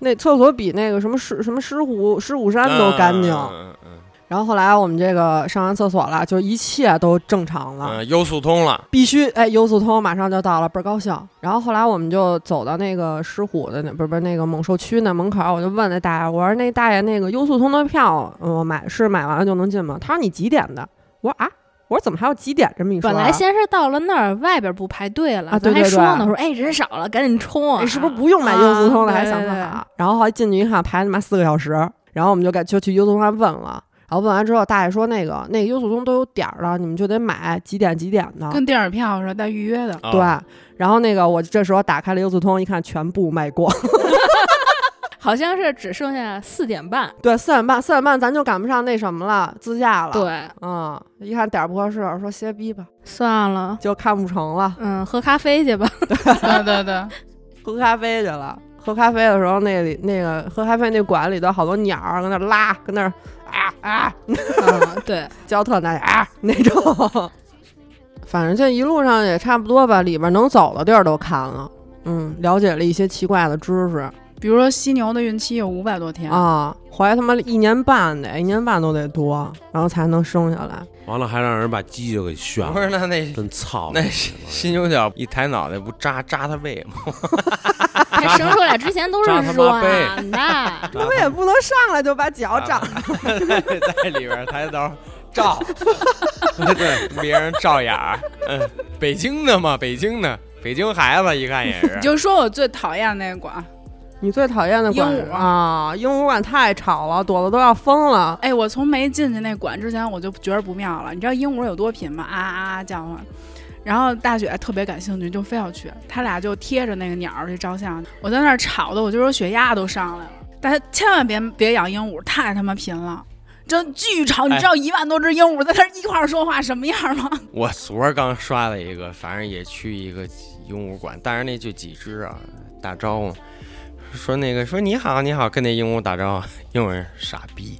那厕所比那个什么狮什么狮虎狮虎山都干净。
嗯嗯嗯
然后后来我们这个上完厕所了，就一切都正常了。
嗯，优速通了，
必须哎，优速通马上就到了，倍儿高兴。然后后来我们就走到那个狮虎的那不是不是那个猛兽区那门口，我就问那大爷，我说那大爷那个优速通的票，嗯我、买是买完了就能进吗？他说你几点的？我说啊，我说怎么还有几点这么一说啊？
本来先是到了那儿，外边不排队了，
啊
咱
对对
还说呢，
对
说哎人少了，赶紧冲啊！
哎是不是不用买优速通了？
啊
还想
对
特
对对
好。然后后来进去一看，排他妈四个小时。然后我们就给就去优速通那问了。然后问完之后，大爷说那个那个优速通都有点儿了，你们就得买几点几点的。
跟电影票似的，带预约 的。
啊
对，，然后那个我这时候打开了优速通，一看全部卖光。
好像是只剩下四点半，
对，四点半，四点半咱就赶不上那什么了，自驾了。，
对，
嗯，一看点儿不合适，我说歇逼吧，
算了，
就看不成了，
嗯，喝咖啡去吧。
对对对，
喝咖啡去了。喝咖啡的时候，那里那个喝咖啡那馆里头好多鸟儿跟那儿拉，跟那儿啊啊
嗯， 对，
焦特那啊那种。 反正这一路上也差不多吧，里边能走的地儿都看了，嗯，了解了一些奇怪的知识
比如说犀牛的孕期有五百多天，
啊，怀他妈一年半得一年半都得多，然后才能生下来。
完了还让人把鸡就给炫
不是
了，
那那
真操！
那犀犀牛角一抬脑袋不扎扎他胃吗？
它生出来之前都是
扎他妈背
软的，
我也不能上来就把脚长
在里边抬头照，对，别人照眼儿。嗯，北京的嘛，北京的，北京孩子一看也是
你。就说我最讨厌那个啊馆。
你最讨厌的馆
鹦鹉
啊，鹦鹉馆太吵了，朵朵都要疯了。
哎，我从没进去那馆之前，我就觉得不妙了。你知道鹦鹉有多贫吗？啊啊啊叫唤。然后大雪特别感兴趣，就非要去。他俩就贴着那个鸟儿去照相，我在那儿吵的，我就说血压都上来了。大家千万别别养鹦鹉，太他妈贫了。就巨吵。你知道一万多只鹦鹉在那儿一块儿说话什么样吗？
我昨儿刚刷了一个，反正也去一个鹦鹉馆，但是那就几只啊，打招呼，说那个说你好你好，跟那鹦鹉打招呼，鹦鹉人傻逼，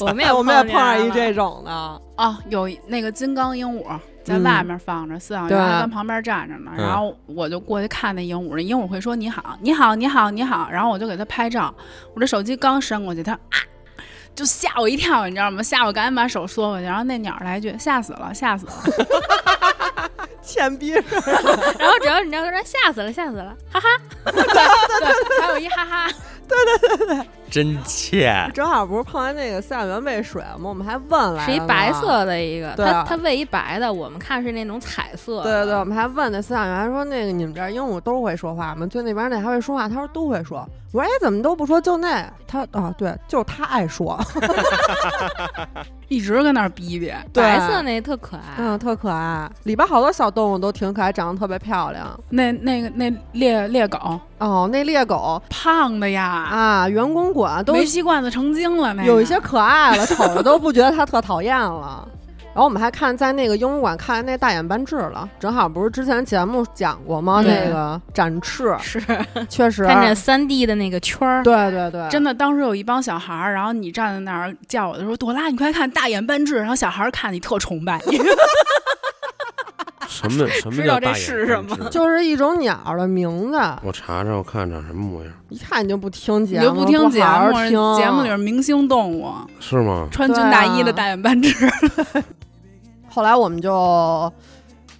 我们也
哎， 我们也碰上一
见
这
啊了
种的，
啊，有一那个金刚鹦鹉在外面放着，饲养
嗯对
员
啊
还跟旁边站着呢。
嗯
然后我就过去看那鹦鹉，那鹦鹉会说你好，你好，你好，你好。然后我就给它拍照，我这手机刚伸过去，它啊。就吓我一跳，你知道吗？吓我赶紧把手缩回去，然后那鸟儿来一句：“吓死了，吓死了
欠逼
然后只要你这样说，吓死了，吓死了，哈哈！”
对，还有一哈哈，
真欠。
正好不是碰见那个饲养员喂水吗？我们还问 来
是一
了
白
呢
色的一个，
对啊
他他喂一白的，我们看是那种彩色
对对
的。
对，我们还问那饲养员说：“那个你们这儿鹦鹉都会说话吗？最那边那还会说话？”他说：“都会说。”我说：“哎，怎么都不说？就那他啊，对，就是他爱说，
一直跟那儿逼逼。
白色那特可爱。
嗯，特可爱。里边好多小动物都挺可爱，长得特别漂亮。
那那个那猎猎狗，
哦，那猎狗
胖的呀，
啊，圆滚滚，都
煤气罐子成精了。那个
有一些可爱了，瞅着都不觉得它特讨厌了。然后我们还看在那个鹦鹉馆看那大眼斑雉了，正好不是之前节目讲过吗？
嗯
那个展 翅
是
确实，
看那三 D 的那个圈儿，
对对对，
真的，当时有一帮小孩儿，然后你站在那儿叫我的时候，朵拉，你快看大眼斑雉，然后小孩儿看你特崇拜你，
什么什么
知
叫
道
大
这
眼
是什么
斑雉
就是一种鸟的名字，
我查查，我看长什么模样，
一看你就不听
你
节目，
就不听节
好好
目，
听
节目里是明星动物，
是 吗？
穿军大
啊
衣的大眼斑雉，
后来我们就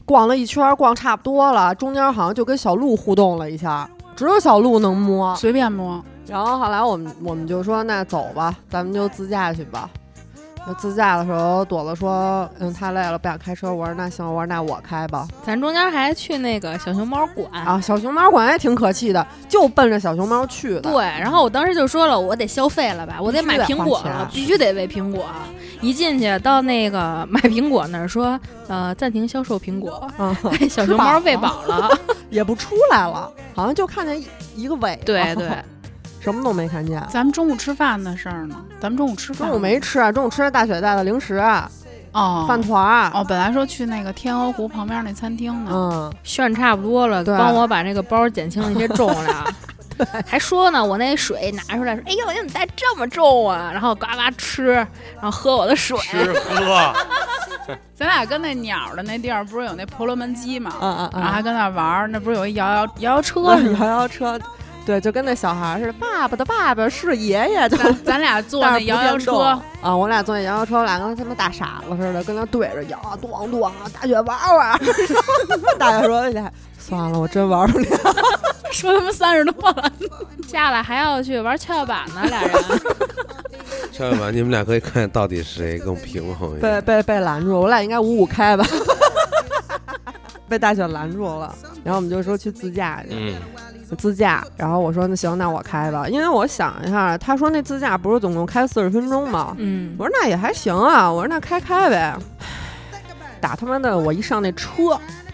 逛了一圈，逛差不多了，中间好像就跟小鹿互动了一下，只有小鹿能摸。
随便摸。
然后后来我们我们就说那走吧，咱们就自驾去吧。就自驾的时候，朵朵说：“嗯，太累了，不想开车。”我说：“那行，我说那我开吧。
咱中间还去那个小熊猫馆。
啊，小熊猫馆也挺可气的，就奔着小熊猫去的。
对，然后我当时就说了，我得消费了吧，我得买
必须
苹果
得花钱，
了
啊
必须得喂苹果。一进去到 那个买苹果那儿说，呃，暂停销售苹果，
嗯，
小熊猫喂饱了。
也不出来了，好像就看见一一个尾巴，
对对，
什么都没看见。
咱们中午吃饭的事儿呢？咱们中午吃饭
中午没吃啊，中午吃的大雪带的零食啊、
哦
饭团儿。
哦，本来说去那个天鹅湖旁边那餐厅呢，
嗯，
炫差不多了，
对
帮我把那个包减轻一些重量。 还说呢，我那水拿出来说，哎呦，你怎么带这么重啊？然后呱呱吃，然后喝我的水，
吃 喝，
咱俩跟那鸟儿的那地儿不是有那婆罗门鸡吗？
嗯
然后还
嗯
跟那玩儿，那不是有一摇摇 摇 摇车似
嗯，
的。
摇摇车，对，就跟那小孩儿似的，爸爸的爸爸是爷爷，就
咱咱俩坐那
但是不
摇摇
电
车
动，啊，我俩坐那摇摇车，我俩跟他妈大傻子似的，跟那对着摇，咣咣，大雪玩玩。 大雪说：“哎呀，算了，我真玩不了。
说他妈三十多了，
下来还要去玩跷跷板呢，俩人。
小伙伴，你们俩可以看到底谁更平衡”一
被
点。
被被拦住，我俩应该五五开吧。 被大雪拦住了，然后我们就说去自驾去。
嗯，
自驾，然后我说那行，那我开吧，因为我想一下，他说那自驾不是总共开四十分钟吗？
嗯，
我说那也还行啊，我说那开开呗。打他妈的，我一上那车，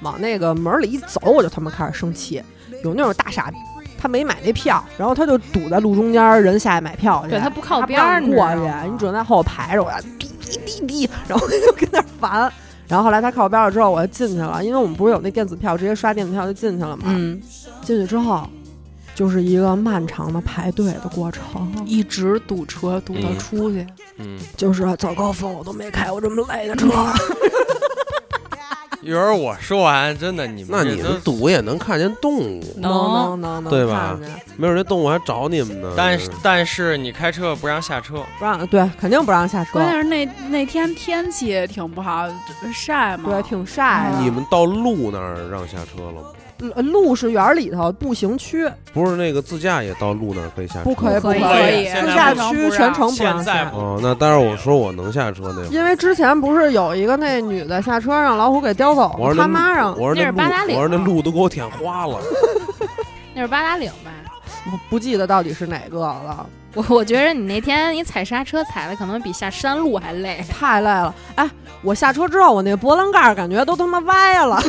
往那个门里一走，我就他妈开始生气。有那种大傻逼，他没买那票，然后他就堵在路中间，人下来买票去，
对他不靠
他不
边儿，
让
你
过
知道吗
去，你只能在后头排着我，滴滴滴滴，然后我就跟那儿烦。然后后来他靠边了之后，我就进去了，因为我们不是有那电子票，直接刷电子票就进去了嘛。
嗯，
进去之后，就是一个漫长的排队的过程，
一直堵车堵到
嗯
出去，
嗯，
就是啊早高峰我都没开过这么累的车。
一会儿我说完，真的你们
那
这
你
都
们赌也能看见动物，
能能能能，
对吧
看见
没准那动物还找你们呢。
但是但是你开车不让下车，
不让对，肯定不让下车
关，键是那那天天气也挺不好，晒
嗯
嘛。
对，挺晒
你
的。
们到路那儿让下车了吗？
呃路是园里头步行区，
不是那个自驾也到路那儿可以下车？
不可以
可以
可
可
以现
自
在
驾
不能
区全程不让
现在
下
不。
哦，那当然我说我能下车 那会儿。
因为之前不是有一个那女的下车让老虎给叼走
我
了，
说那
他妈让
我说
那是八达
路，
岭
我说那
啊
路都给我舔花了。
那是八达岭吧？
我不记得到底是哪个了，
我我觉得你那天你踩刹车踩的可能比下山路还累，
太累了。哎，我下车之后，我那波浪盖儿感觉都他妈歪了，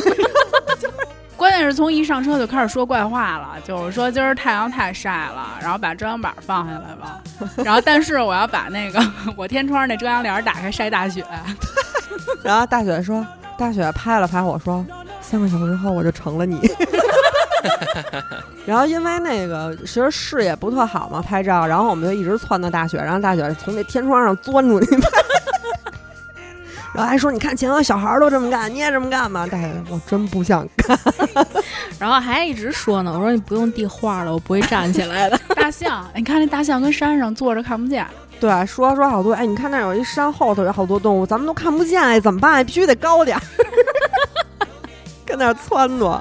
关键是从一上车就开始说怪话了，就是说今儿太阳太晒了，然后把遮阳板放下来 吧。然后但是我要把那个 我天窗那遮阳帘打开晒大雪。
然后大雪说，大雪拍了拍我说，三个小时后我就成了你。 然后因为那个其实视野不特好嘛，拍照，然后我们就一直窜到大雪，然后大雪从那天窗上钻出去拍， 然后还说你看前头小孩儿都这么干，你也这么干吗？大雪说，我真不想干。
然后还一直说呢，我说你不用递话了，我不会站起来的。
大象，哎你看那大象跟山上坐着看不见，
对，说说好多，哎，你看那有一山后头有好多动物，咱们都看不见，哎，怎么办？哎必须得高点儿， 跟那儿撺掇。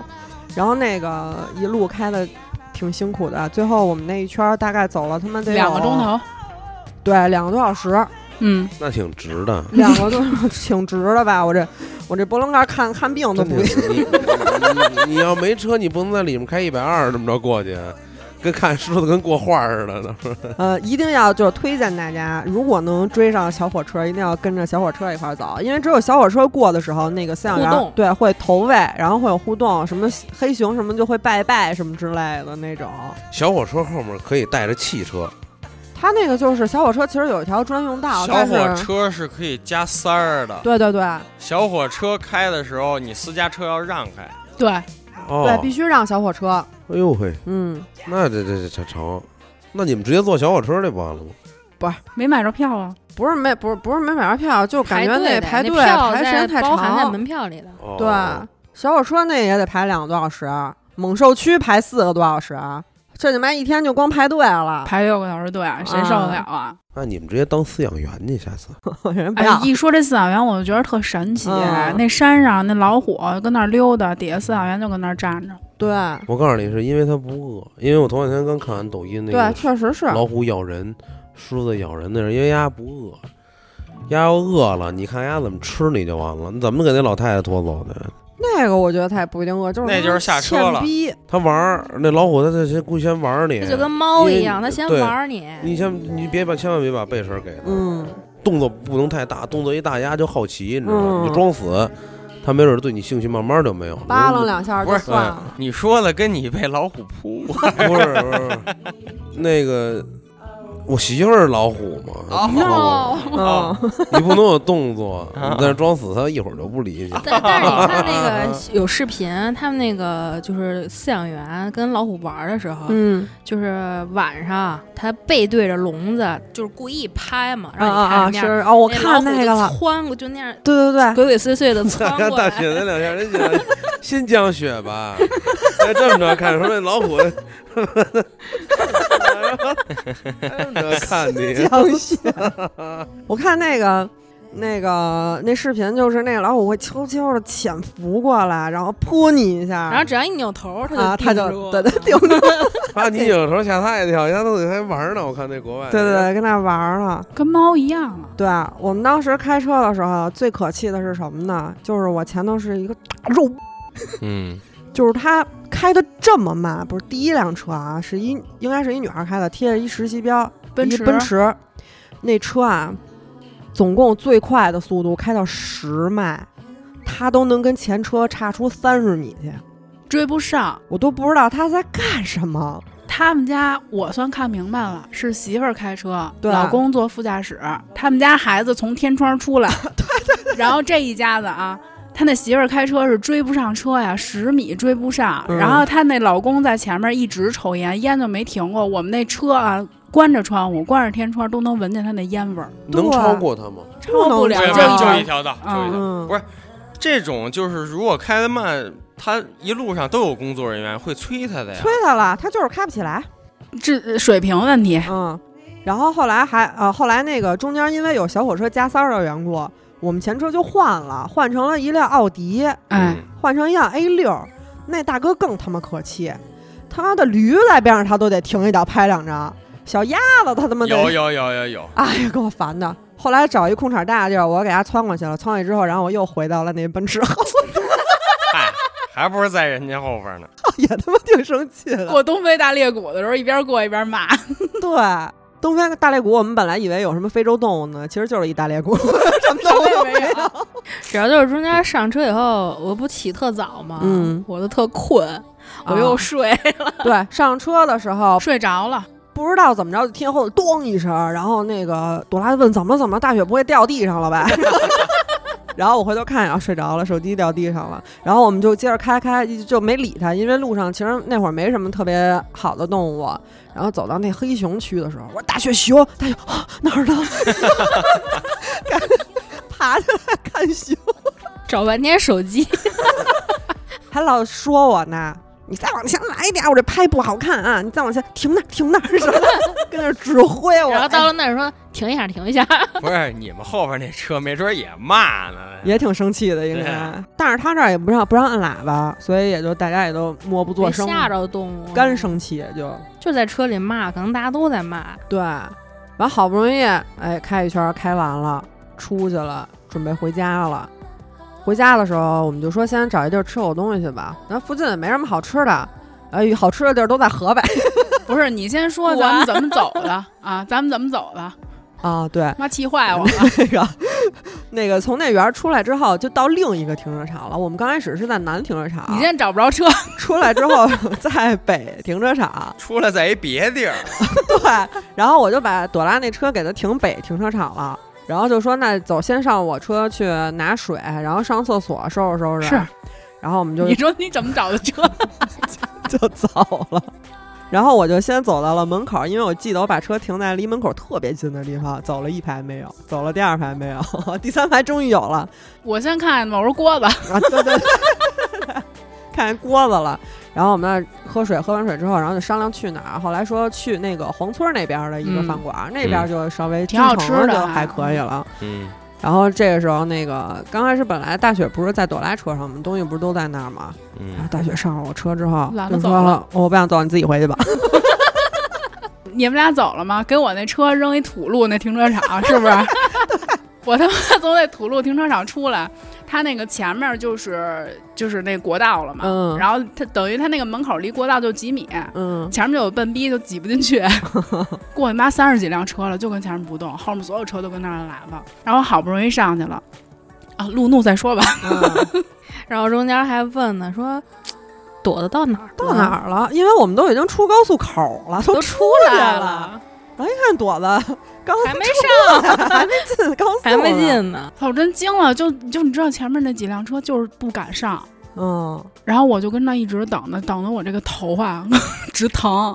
然后那个一路开的挺辛苦的，最后我们那一圈儿大概走了他妈得有
两个钟，头。
对，两个多小时，
哦嗯，
那挺 值的。
两个多挺值的吧？我这我这脖棱盖看看病都
真
不
挺值。你你你你要没车，你不能在里面开一百二这么着过去，跟看说的跟过画似的呢。
呃，一定要就是推荐大家，如果能追上小火车，一定要跟着小火车一块儿走，因为只有小火车过的时候，那个饲养
互
员
动
对会投喂，然后会有互动，什么黑熊什么就会拜拜什么之类的那种。
小火车后面可以带着汽车，
它那个就是小火车，其实有一条专用道，
小火
但是
车哦是可以加塞儿的，
对对对、
小火车开的时候，你私家车要让开。
对，
哦，
对，必须让小火车，
哎呦嘿，
嗯，
那这这这这成，那你们直接坐小火车这不完了吗？
没买着票啊。
不是没不是不是没买着票，就感觉那
排
排队
的那票
排时间
在
太
包含在
长，
门票里的。
哦
对，小火车那也得排两个多小时，猛兽区排四个多小时，这你妈一天就光排队了，
排六个小时队，谁受得了啊？
那你们直接当饲养员去，下次。
人不
哎
要。，
一说这饲养员，我就觉得特神奇。
嗯
那山上那老虎跟那儿溜达，底下饲养员就跟那儿站着。
对
我告诉你，是因为它不饿，因为我头两天刚看完抖音那
对，
个
确实是。啊
老虎咬人、狮子咬人的人，因为鸭不饿，鸭要饿了，你看鸭怎么吃你就完了，你怎么给那老太太拖走的？
那个我觉得他也不一定饿，就是
那就是下车了
欠逼
它玩儿，那老虎它它先故意先玩儿你
它，就跟猫一样，
因
它
为
先
对
玩儿你，
你先你别把千万别把背身给它，
嗯，
动作不能太大，动作一大鸭就好奇，你知道吗？
嗯
你就装死，它没准对你兴趣慢慢就没有了。
扒拉两下
不
就是算了。
你说的跟你被老虎扑，
不是不是，那个我媳妇儿老虎嘛，
哦
老虎
嗯，
你不能有动作，
啊
你在那装死，它一会儿就不理你。
但但是你看那个有视频，他们那个就是饲养员跟老虎玩儿的时候，
嗯
就是晚上他背对着笼子，就是故意拍嘛，
啊
让
啊
你看
啊！是
着面儿。
哦，我看
那
那个
老虎
了啊
就，窜过，就那样
对对对，
鬼鬼祟祟的窜
看
过
大雪
来。
那两 下，人家新疆雪吧？哎，这么着看，说那老虎，哎哎这么着看 你，
江雪，我看那个。那个那视频就是那个老虎会悄悄的潜伏过来，然后扑你一下，
然后只要一 扭头，它
啊，他
就
就
盯
对
着
对盯着，
把啊你扭头吓他一跳，人家都得还玩呢。我看那国外，
对对，对，跟那玩儿呢。
跟猫一样啊。
对我们当时开车的时候，最可气的是什么呢？就是我前头是一个大肉
嗯，
就是他开的这么慢，不是第一辆车啊，是一应该是一女孩开的，贴着一实习标，
奔
一
驰
奔驰，那车啊，总共最快的速度开到十迈，他都能跟前车差出三十米去，
追不上。
我都不知道他在干什么。
他们家我算看明白了，是媳妇儿开车，
对
老公坐副驾驶，他们家孩子从天窗出来，然后这一家子啊。他那媳妇儿开车是追不上车呀，十米追不上。
嗯
然后他那老公在前面一直抽烟，烟就没停过。我们那车啊，关着窗户，关着天窗都能闻见他那烟味儿，
能超过他吗？
超不
对
了
两，
对
啊就
个
就
一
一条道，就一条道。
嗯，
不是这种就是如果开的慢，他一路上都有工作人员会催他的呀
催。他了，他就是开不起来。
这水平问题。
嗯，然后后来还呃，后来那个中间因为有小火车加塞儿的缘故，我们前车就换了，换成了一辆奥迪。
嗯，
哎，
换成一辆 A 六，那大哥更他妈可气，他妈的驴在边上他都得停一脚拍两张，小鸭子他他妈
有
得，
有有有有，
哎呀，给我烦的。后来找一空场大的地儿，我给他窜过去了，窜过去之后，然后我又回到了那奔驰 后，
嗨，还不是在人家后 边呢。
也他妈挺生气的。
过东非大裂谷的时候，一边过一边骂。
对，东非大裂谷，我们本来以为有什么非洲动物呢，其实就是一大裂谷， 什么动物都没有。
主要就是中间上车以后，我不起特早嘛，
嗯
我都特困，我又睡，
对，上车的时候
睡着了，
不知道怎么着，就听后头咚一声，然后那个朵拉问怎么了怎么了，大雪不会掉地上了吧？ 然后我回头看，啊，睡着了，手机掉地上了。然后我们就接着开开，就就没理他，因为路上其实那会儿没什么特别好的动物。然后走到那黑熊区的时候，我说大雪熊，大雪、啊、哪儿呢？ 赶 爬起来看熊，
找半天手机，
还老说我呢。你再往前来一点，我这拍不好看啊！你再往前停那儿，停那儿，什么的 跟那儿指挥 我。
然后到了那儿说停一下，停一下，
不是你们后边那车没准也骂呢。
也挺生气的，应该
啊
对。
但是他这儿也不让不让按喇叭，所以也就大家也都默不作
没
声，
吓着动物，
干生气也就
就在车里骂，可能大家都在骂，
对。完好不容易，哎，开一圈开完了，出去了，准备回家了。回家的时候，我们就说先找一地儿吃口东西去吧。那附近也没什么好吃的，哎，好吃的地儿都在河北
不是你先说
我
咱们怎么走的啊？咱们怎么走的？
啊。对，
妈气坏我了，
那个那个从那园儿出来之后，就到另一个停车场了。我们刚开始是在南停车场，
你现在找不着车，
出来之后 在北停车场，
出来在一别地儿，
对，然后我就把朵拉那车给她停北停车场了，然后就说那走，先上我车去拿水，然后上厕所收拾收拾，
是，
然后我们就
你说你怎么找的车？
就走了。然后我就先走到了门口，因为我记得我把车停在离门口特别近的地方，走了一排没有，走了第二排没有， 第三排终于有了，
我先看我说锅子，
啊，对对对， 看见锅子了。然后我们那喝水，喝完水之后，然后就商量去哪儿。后来说去那个黄村那边的一个
嗯
饭馆，那边就稍微
挺好
京
吃
城
的
就
啊
还可以了。
嗯，
然后这个时候，那个刚开始本来大雪不是在朵拉车上吗？东西不是都在那儿吗？然后
嗯，
大雪上了我车之后
懒，得
就
走
说
了
我不想走，你自己回去吧。
你们俩走了吗？给我那车扔一土路那停车场，是不 是？我他妈从那土路停车场出来，他那个前面就是就是那国道了嘛，
嗯
然后他等于他那个门口离国道就几米，
嗯，
前面就有笨逼就挤不 进去，过去妈三十几辆车了，就跟前面不动，后面所有车都跟那儿按喇叭，然后好不容易上去了，啊，路怒 再说吧，
嗯
然后中间还问呢，说躲的到哪儿了
到哪儿了？因为我们都已经出高速口了，
都
都
出来
来
了，
看朵子 刚
还没 上，
上，还没进高速，
还没。进呢，
操，我真惊了，就就你知道前面那几辆车就是不敢上，
嗯，
然后我就跟那一直等着，等的我这个头发 直疼。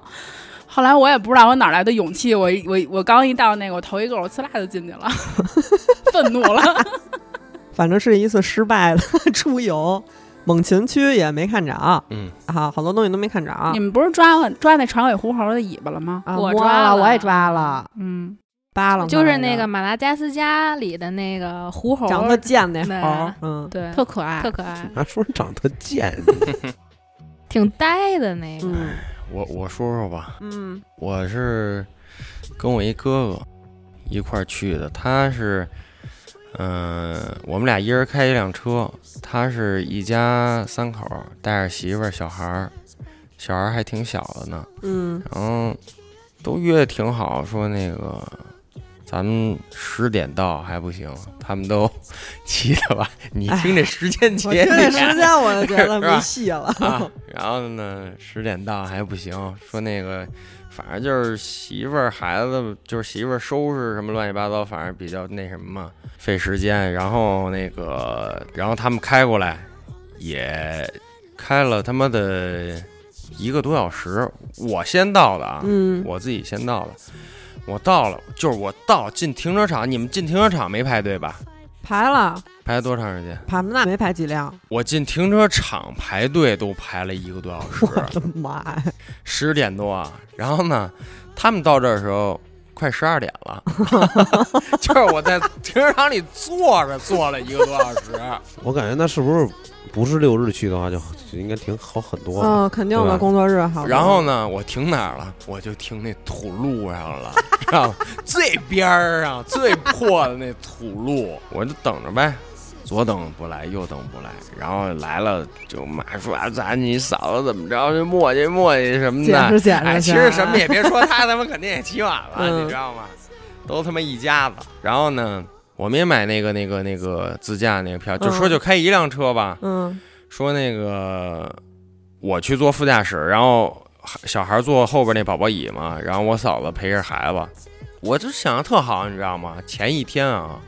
后来我也不知道我哪来的勇气，我我我刚一到那个，我头一个我呲啦就进去了， 愤怒 了。
反正是一次失败的 出游。猛禽区也没看着，
嗯
啊，好多东西都没看着。
你们不是抓我抓那长尾狐猴的尾巴了吗？
啊
我
摸
抓
了，
了
我也抓了，
嗯，
扒拉，
就是那个马达加斯加里的那个狐猴，
长得贱那猴
对
儿，嗯，
对，
特可爱
特。可爱，
还啊说人长得贱，
挺呆的那个，
嗯
我我说说吧，
嗯
我是跟我一哥哥一块儿去的，他是，嗯、我们俩一人开一辆车，他是一家三口儿，带着媳妇儿、小孩儿，小孩儿还挺小的呢，
嗯
然后都约的挺好，说那个咱们十点到还不行，他们都 急的吧？你听这时间
哎我
节
听
点
这时间我就觉得
是吧
没戏 了，
啊，然后呢，十点到还不行，说那个，反正就是媳妇儿、孩子，就是媳妇儿收拾什么乱七八糟，反正比较那什么嘛，费时间。然后那个，然后他们开过来，也开了他妈的一个多小时，我先到的啊，
嗯
我自己先到的。我到了，就是我到进停车场，你们进停车场没排队吧？
排了，
排多长时间？
排那没排几 辆，
我进停车场排队都排了一个多小时啊
我。的妈呀，
十点多啊，然后呢， 他们到这儿的时候快十二点了， 就是我在停车场里坐着坐了一个多小时，
我感觉那是不是不是六日去的话就就应该挺好很多了。
嗯，肯定
对
的，
吧
工作日好，
然后呢，我停哪儿了？我就停那土路上了， 知 道吗？最边儿上最破的那土路，我就等着呗。左等不来，右等不来，然后来了就骂说啊，咱你嫂子怎么着，就磨叽磨叽什么
解
的。
释解释去啊。
哎，其实什么也别说，他他妈肯定也起晚了，
嗯
你知道吗？都他妈一家子。然后呢，我们也买那个那个那个自驾那个票，就说
嗯
就开一辆车吧，
嗯
说那个我去坐副驾驶，然后小孩坐后边那宝宝椅嘛，然后我嫂子陪着孩子，我就想的特好，你知道吗？前一天啊，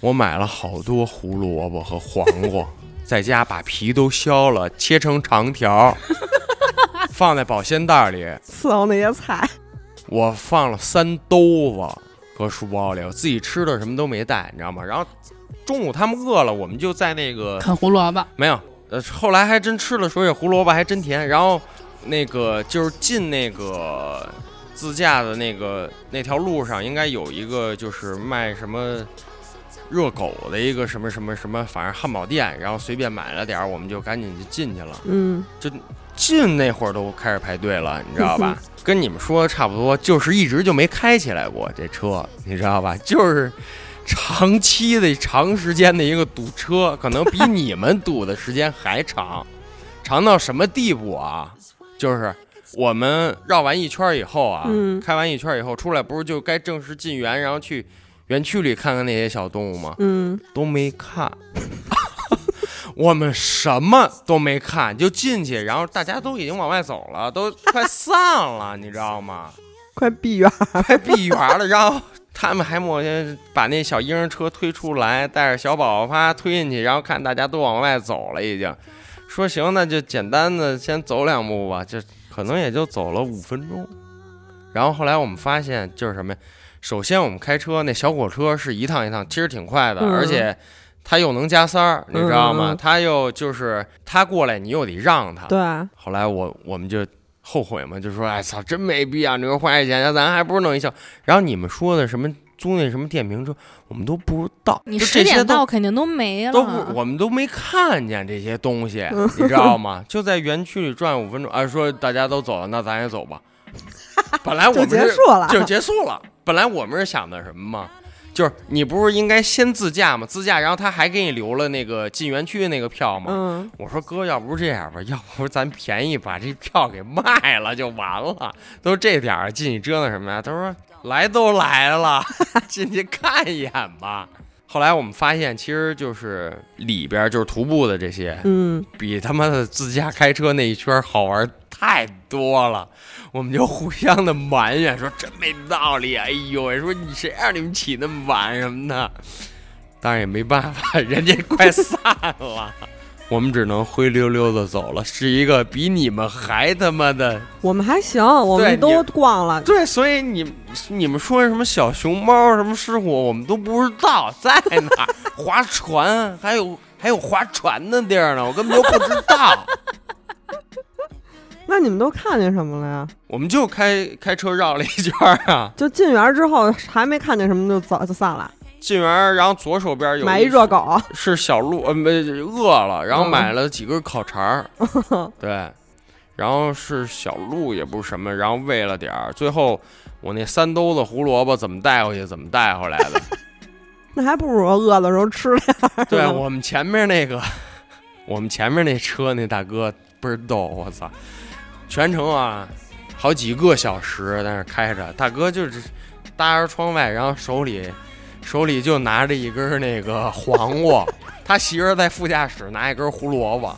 我买了好多胡萝卜和黄瓜，在家把皮都削了，切成长条，放在保鲜袋里，
伺候那些菜，
我放了三兜子搁书包里，我自己吃的什么都没带，你知道吗？然后中午他们饿了，我们就在那个
啃胡萝卜，
没有，呃，后来还真吃了水水胡萝卜，还真甜。然后那个就是进那个自驾的那个那条路上，应该有一个就是卖什么热狗的一个什么什么什么，反正汉堡店。然后随便买了点儿，我们就赶紧就进去了。
嗯，
进那会儿都开始排队了，你知道吧？ 跟你们说的差不多，就是一直就没开起来过这车，你知道吧？ 就是长期的、长时间的一个堵车，可能比你们堵的时间还长，长到什么地步啊？就是我们绕完一圈以后啊，
嗯
开完一圈以后出来，不是就该正式进园，然后去园区里看看那些小动物吗？
嗯，
都没看， 我们什么都没看就进去，然后大家都已经往外走了，都快散了，你知道吗？
快闭园儿。
快闭园了，然后他们还磨叽把那小婴儿车推出来，带着小宝宝啪推进去，然后看大家都往外走了，已经说行，那就简单的先走两步吧，就可能也就走了五分钟。然后后来我们发现就是什么呀？首先我们开车那小火车是一趟一趟，其实挺快的，
嗯
而且它又能加塞儿，你知道
嗯
吗？
嗯嗯
它又就是它过来你又得让它，
对，
后来啊我我们就后悔嘛，就说哎操，真没必要，你说花这钱，咱还不如弄一校。然后你们说的什么租那什么电瓶车，我们都不知道，
你
就
十
这些
点到
都
肯定都没了，
都不，我们都没看见这些东 西，你知道吗？就在园区里转五分钟，啊，说大家都走了，那咱也 走吧。本来我
就
们
结
是
束了。
就结束了。本来我们是想的什么嘛，就是你不是应该先自驾吗？自驾，然后他还给你留了那个进园区那个票吗？
嗯，
我说哥，要不这样吧，要不咱便宜把这票给卖了就完了，都这点儿进去折腾什么呀？他说来都来了， 进去看一眼吧。后来我们发现，其实就是里边儿就是徒步的这些，
嗯，
比他妈的自驾开车那一圈儿好玩太多了。我们就互相的埋怨说真没道理，哎呦喂，说你谁让你们起那么晚什么的。当然也没办法，人家快散了，我们只能灰溜溜的走了，是一个比你们还他妈的
我们还行，我
对
们
你
都逛了。
对，所以你你们说什么小熊猫、什么狮虎，我们都不知道在哪儿划船，还有还有划船的地儿呢，我根本就不知道。
那你们都看见什么了呀？
我们就开开车绕了一圈儿啊，
就进园儿之后还没看见什么就走就散了，
进园儿，然后左手边有
买一热狗。
是小鹿，呃，没饿了，然后
嗯
买了几根烤肠儿， 对，然后是小鹿也不是什么，然后喂了点儿，最后我那三兜子胡萝卜怎么带回去，怎么带回来的，
那还不如饿的时候吃点儿。
对啊我们前面那个， 我们前面那车那大哥倍儿逗，我操！全程啊，好几个小时在那儿开着，大哥就是搭着窗外，然后手里手里就拿着一根那个黄 瓜，他媳妇儿在副驾驶拿一根胡萝卜，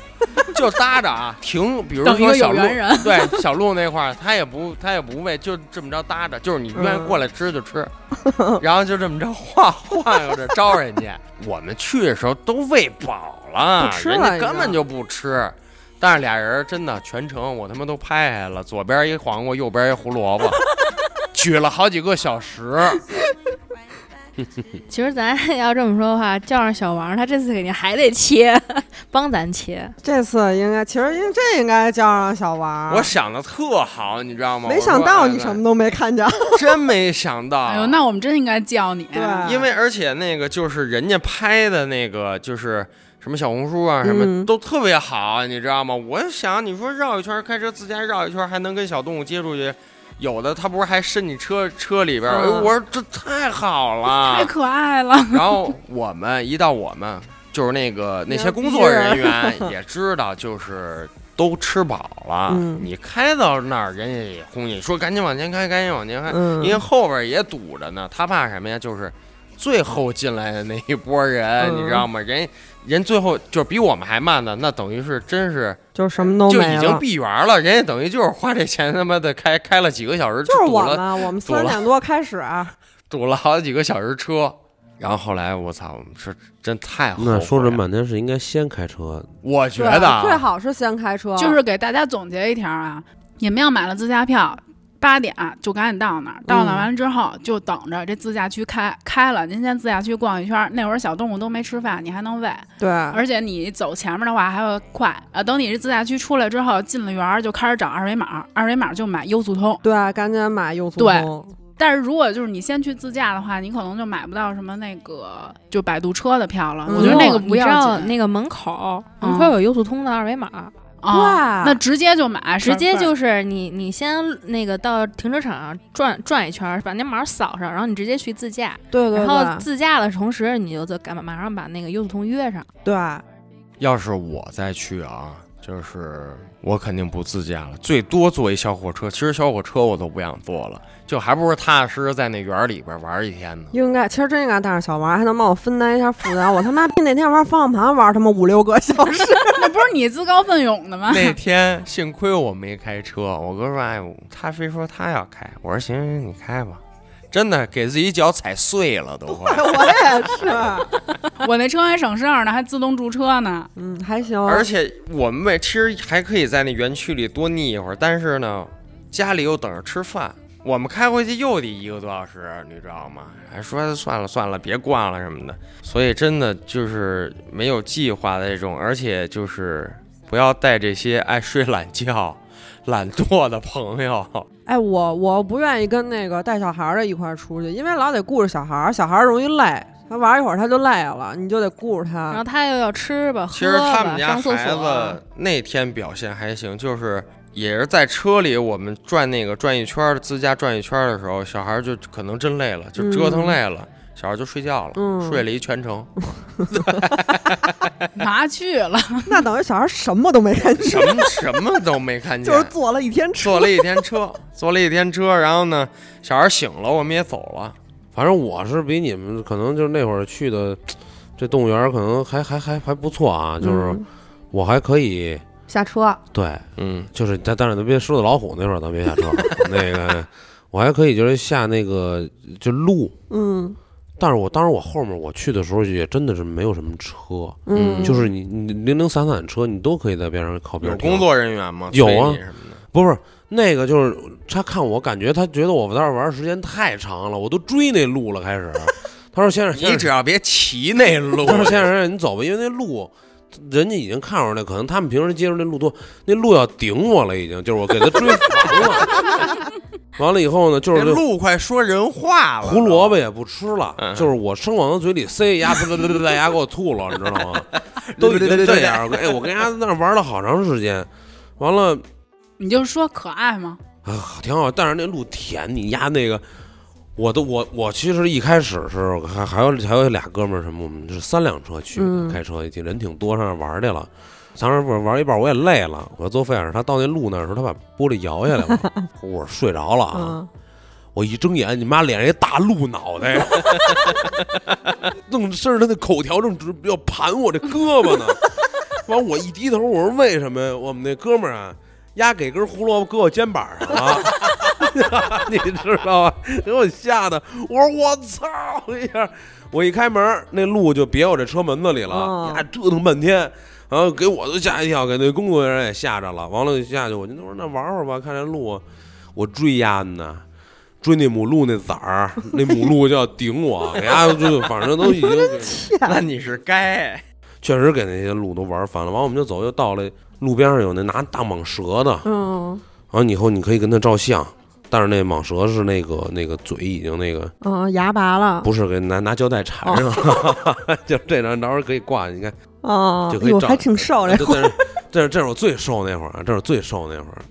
就搭着啊，停，比如
等一
说
个
小
有
鹿，
缘 人。
对小鹿那块儿，他也不他也不喂，就这么着搭着，就是你愿
嗯
意过来吃 就吃，然后就这么着晃晃悠着招人家。 我们去的时候都喂饱了，
不吃
人
了
家根本就不吃。但是俩人真的全程我他妈都拍下来了，左边一黄瓜，右边一胡萝卜， 举了好几个小时。
啊
其实咱要这么说的话，叫上小王，他这次肯定还得切， 帮咱切。
这次应该，其实应这应该叫上小王。
我想的特好，你知道吗？
没想到你什
么，
么都没看见。
真没想到。
哎呦，那我们真应该叫你。
对，
因为而且那个就是人家拍的那个就是什么小红书啊什么、
嗯
都特别好，你知道吗？我想你说绕一圈开车自驾绕一圈还能跟小动物接触去，有的他不是还伸你车车里边
嗯
儿，哎我说这太好了。
太
啊
可爱了，
然后我们一到我们就是那个那些
牛
工
逼
作
啊
人员也知道，就是都吃饱了，
嗯
你开到那儿，人家也轰你说赶紧往前开，赶紧往前开，
嗯
因为后边也堵着呢。他怕什么呀？就是最后进来的那一波人，
嗯
你知道吗？人人最后就是比我们还慢的，那等于是真是
就是什么都
就
没
已经
了。
闭园了，人家等于就是花这钱他妈的开开了几个小时，
就是
堵
我
了
们，我们
堵
三
了
点多开始，啊
堵了好几个小时车。然后后来我操，我们是真太后悔
那说这么
了，
半天是应该先开车，
我觉
对，
得啊
最好是先开车，
就是给大家总结一条啊，你们要买了自驾票，八点啊就赶紧到那儿，到那儿
嗯
完了之后就等着这自驾区开开了，您先自驾区逛一圈儿，那会儿小动物都没吃饭，你还能喂，
对，
而且你走前面的话还要快啊。等你这自驾区出来之后，进了园儿就开始找二维码，二维码就买优速通。
对，赶紧买优速
对
通，
但是如果就是你先去自驾的话，你可能就买不到什么那个就摆渡车的票了。
嗯
我觉得那个
哦你
不
知
要
道
紧，啊
那个门口
嗯
门口有优速通的二维码，
啊
哇
那直接就买，
直接
是吧
就是你你先那个到停车场转转一圈，把那码扫上，然后你直接去自驾，
对对
然后
对
自驾的同时你就就赶马上把那个优速通约上。
对，
要是我再去啊，就是我肯定不自驾了，最多坐一小火车。其实小火车我都不想坐了，就还不如踏踏实实在那园儿里边玩一天 呢。
应该其实真应该带上小王，还能帮我分担一下负担。我他妈那天玩方向盘玩他妈五六个小 时，
那 不是你自告奋勇的吗？
那天幸亏我没开车，我哥说：“哎，他非说他要开。”我说：“行行，行，你开吧。”真的给自己脚踩碎了都 快。
我也是，
我那车还省事儿呢，还自动驻车呢。
嗯，还行。
而且我们为其实还可以在那园区里多腻一会儿，但是呢，家里又等着吃饭，我们开回去又得一个多小时，你知道吗？还说算了算了，别逛了什么的。所以真的就是没有计划的这种，而且就是不要带这些爱睡懒觉、懒惰的朋友。
哎，我我不愿意跟那个带小孩儿的一块儿出去，因为老得顾着小孩儿，小孩儿容易累，他玩一会儿他就累了，你就得顾着
啊
然
他
后。他又要吃吧，
其实
喝
他
吧
们家
上厕
孩
所啊
子，那天表现还行，就是也是在车里我们转那个转一圈儿，自驾转一圈儿的时候，小孩儿就可能真累了，就折腾累
嗯
了，小孩儿就睡觉了，
嗯
睡了一全 程，
麻去了，
那等于小孩儿什么都没 看
什
见，
么什么都没看 见
就是，坐了一天车。
坐了一天车， 坐了一天车，然后呢，小孩儿醒了，我们也走了。
反正我是比你们可能就是那会儿去的，这动物园儿可能还还还还不错啊，就是
嗯
我还可以
下 车，
对，
嗯，
就是但但是咱别狮子老虎那会儿咱别下车， 那个我还可以就是下那个就路，
嗯
但是我当时我后面我去的时候也真的是没有什么车，
嗯，
就是你你零零散散的车你都可以在边上靠边
有
儿停
工作人员吗？
有
催
啊
你什么的。
不是那个就是他看我感觉他觉得我在这儿玩儿时间太长了，我都追那路了开始，他说先生先
你
生
只要别骑那路
他，说：“先生，你走吧，因为那路人家已经看出来，可能他们平时接触那路多，那路要顶我了，已经就是我给他追烦了。完了以后呢，就是
这
这
路快说人话了。
胡萝卜也不吃了，
嗯
就是我生往他嘴里塞，牙噗噗噗噗牙给我吐了，你知道吗？都已经这样了，哎，我跟人家在那玩了好长时间，完了
你就说可爱吗？
啊，挺好，但是那路甜，你压那个，我都我我其实一开始是还还有还有俩哥们儿什么，我们是三辆车去的，
嗯
开车挺人挺多，上那玩儿去了。当时不是玩一半我也累了，我坐费尔，他到那路那儿的时候，他把玻璃摇下来了，我睡着了啊，
嗯，
我一睁眼，你妈脸上一大鹿脑袋，弄身上他那口条正直要盘我这胳膊呢。完，我一低头，我说为什么呀？我们那哥们儿啊，丫给根胡萝卜搁我肩膀上了。 你知道吗？给我吓得，我说我操一下，我一开门，那路就别我这车门子里了
哦，
呀、折腾半天，然后给我都吓一跳，给那工作人员也吓着了。完了就下去，我就说那玩会儿吧，看这路，我追丫呢，追那母鹿那崽儿，那母鹿就要顶我，给丫就反正都已经给
那你是该。
确实给那些鹿都玩烦了。完，我们就走，又到了路边上有那拿大蟒蛇的，
嗯
完以后你可以跟它照相，但是那蟒蛇是那个那个嘴已经那个
嗯，牙拔了，
不是给拿拿胶带缠上， 就这张到时候可以挂。你看，
啊，
就可以
哟，
照
还挺瘦这
这这是这是这是我最瘦那会儿啊，这是我最瘦那会儿。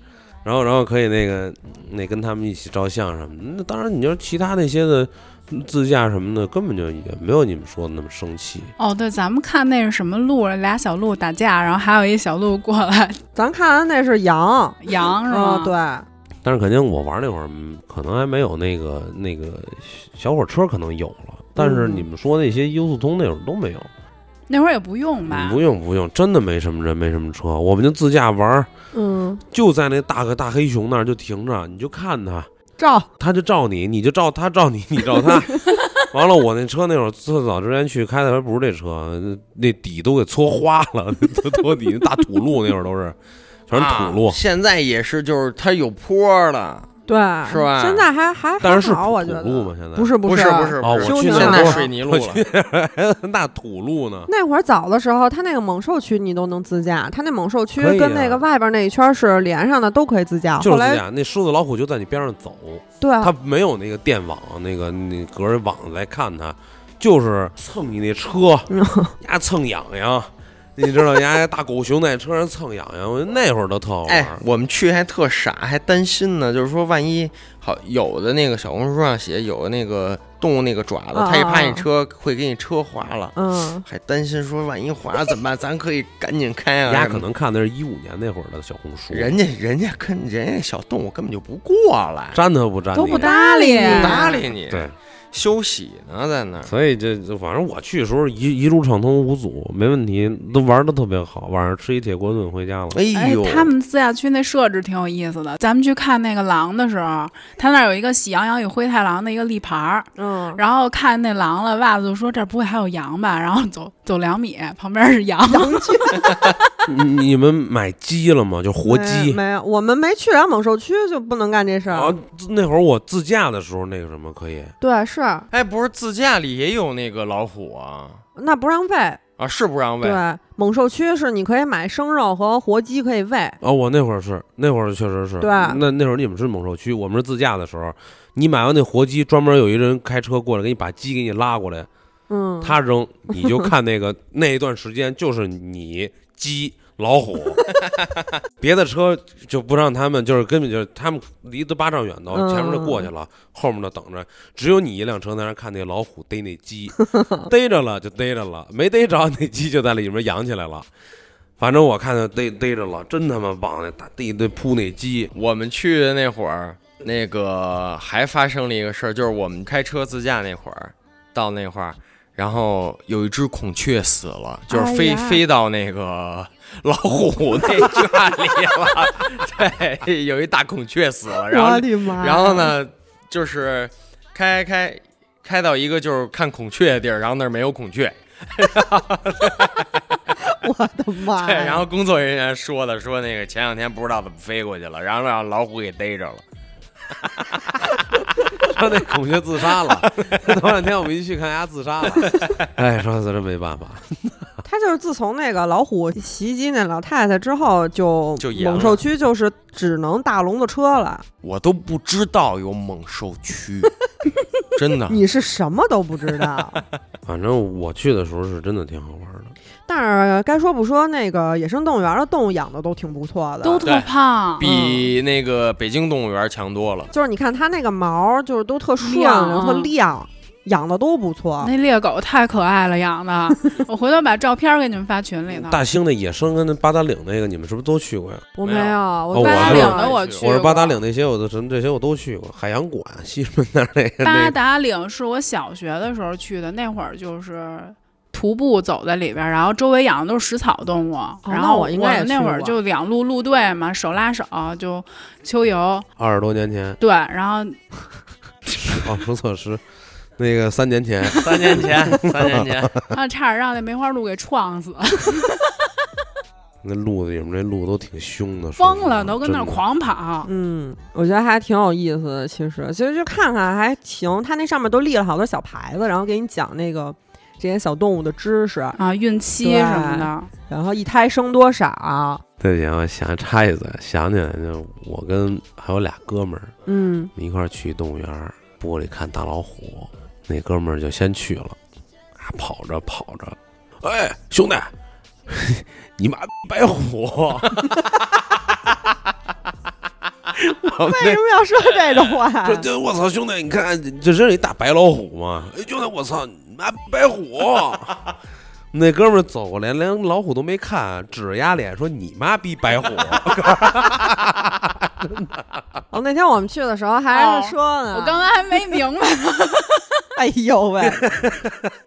然后然后可以那个那跟他们一起照相什么的。那当然，你要其他那些的自驾什么的，根本就也没有你们说的那么生气。
哦，对，咱们看那是什么鹿，俩小鹿打架，然后还有一小鹿过来，
咱看的那是羊，
羊是吗？
嗯，对，
但是肯定我玩那会儿，嗯可能还没有那个那个小火车可能有了，但是
嗯
你们说那些优速通那会儿都没有。
那会儿也不用吧？
不用不用，真的没什么人，没什么车，我们就自驾玩儿，
嗯，
就在那大个大黑熊那儿就停着，你就看它，
照
它就照你，你就照它照你，你 照它。完了，我那车那会儿特早之前去开的还不是这车，那底都给搓花了， 搓搓底大土路那会儿都是，全是土路
啊，现在也是，就是它有坡了，
对，
是吧
现在还还
但是是
还好，我觉
土
得
路吗？现在
不是
不
是啊
是不是
哦，
修
我去
行
年
现
了
在
吗
水泥路了，
了，那土路呢？
那会儿早的时候，它那个猛兽区你都能自驾，它那猛兽区
可以啊
跟那个外边那一圈是连上的，都可以自驾。
就
啊后
是这
来啊
样，那狮子老虎就在你边上走，
对
它没有那个电网，那个你隔着网来看它，就是蹭你那 车
嗯，
丫蹭痒痒，你知道丫大狗熊在车上蹭痒痒，我觉得那会儿都特好玩
哎
儿。，
我们去还特傻，还担心呢，就是说万一好有的那个小红书上写有的那个动物那个爪子，
啊
它一趴你车会给你车划了，
嗯，
还担心说万一划了怎么办？咱可以赶紧开啊！
丫
什么
可能看的是一五年那会儿的小红书，
人家人家跟人家小动物根本就不过来，
粘它不粘
都不
你。啊
搭理，
不
搭理你，
嗯对，
休息呢在那儿。
所以这这反正我去的时候一一路畅通无阻，没问题，都玩的特别好。晚上吃一铁锅炖回家了，
哎
哎
呦，，
他们自驾区那设置挺有意思的。咱们去看那个狼的时候，他那儿有一个《喜羊羊与灰太狼》的一个立牌儿，
嗯，
然后看那狼了，袜子就说这儿不会还有羊吧？然后走走两米，旁边是羊，
你你们买鸡了吗？就活鸡。
没没有，我们没去了猛兽区就不能干这事
啊
儿。，
那会儿我自驾的时候，那个什么可以，
对，是
哎，不是自驾里也有那个老虎啊？
那不让喂。
啊，是不让喂。
对，猛兽区是你可以买生肉和活鸡可以喂。
哦，我那会儿是，那会儿确实是。
对
那那会儿你们是猛兽区，我们是自驾的时候，你买完那活鸡，专门有一人开车过来给你把鸡给你拉过来，
嗯，
他扔，你就看那个那一段时间就是你鸡。老虎， 别的车就不让他们，就是根本就是他们离得八丈远都，
嗯
前面就过去了，后面的等着，只有你一辆车在那儿看那老虎逮那鸡， 逮着了就逮着了，没逮着那鸡就在里面养起来了。反正我看着逮逮着了，真他妈棒！那大一堆扑那鸡，
我们去的那会儿，那个还发生了一个事儿，就是我们开车自驾那会儿，到那块儿，然后有一只孔雀死了，就是飞、
哎呀
飞到那个老虎 那圈里了。对，有一大孔雀死了，然后
我的妈！
然后？呢，就是开开开到一个就是看孔雀的地儿，然后那儿没有孔雀，
我的妈！
对， 然后工作人员说的，说那个前两天不知道怎么飞过去了，然后让老虎给逮着了。
说那孔雀自杀了。 头两天我们一去看，丫自杀了。 哎，说这真没办法，
他就是自从那个老虎袭击那老太太之后，就啊
就严了
猛兽区就是只能大笼子车了。
我都不知道有猛兽区，真的。
你是什么都不知 道。
反正我去的时候是真的挺好玩的。
但是该说不说，那个野生动物园的动物养的都挺不错的，
都特
对
胖。
比那个北京动物园强多了。
就是你看它那个毛，就是都特顺
亮
溜、特亮，啊养的都不错。
那猎狗太可爱了，养的，我回头把照片给你们发群里
嗯
头。
大兴那野生跟那八达岭那个，你们是不是都去过呀？
我没
没
有，哦
有
我
我
八达
是
岭
了
的我
去
去，
我是八达岭。那些，我都什么这些我都去过。海洋馆、西直门那儿那个
八
那个，
达岭是我小学的时候去的，那会儿就是徒步走在里边儿，然后周围养的都是食草动物。然
哦那
后
我应该也
们那会儿
去过
就两路路队嘛，手拉手就秋游，
二十多年前，
对，然后
哦，不错是，那个三年前，
三年前，三年 前，
啊差点让那梅花鹿给撞死，
那路里面那路都挺凶的，说
疯
实话
了，都跟那儿
嗯真的
狂跑。
嗯，我觉得还挺有意思的。其实，其实就看看还行，它那上面都立了好多小牌子，然后给你讲那个这些小动物的知识，
啊，孕期
对啊
什么的，
然后一胎生多少。
对不起啊，我想插一嘴，想起来就我跟还有俩哥们儿，
嗯，
一块儿去动物园儿，玻璃看大老虎，那哥们儿就先去了，啊，跑着跑着，哎，兄弟， 你妈白虎！我们
为
那
什么要说这种话？
说 这我操，兄弟，你看这真是一大白老虎嘛！哎，兄弟，我操，你妈 白虎！那哥们儿走过来，连老虎都没看，指着丫脸说：“你妈逼白虎
哦，那天我们去的时候还
哦
说呢，
我刚才还没明白，
哎呦 喂！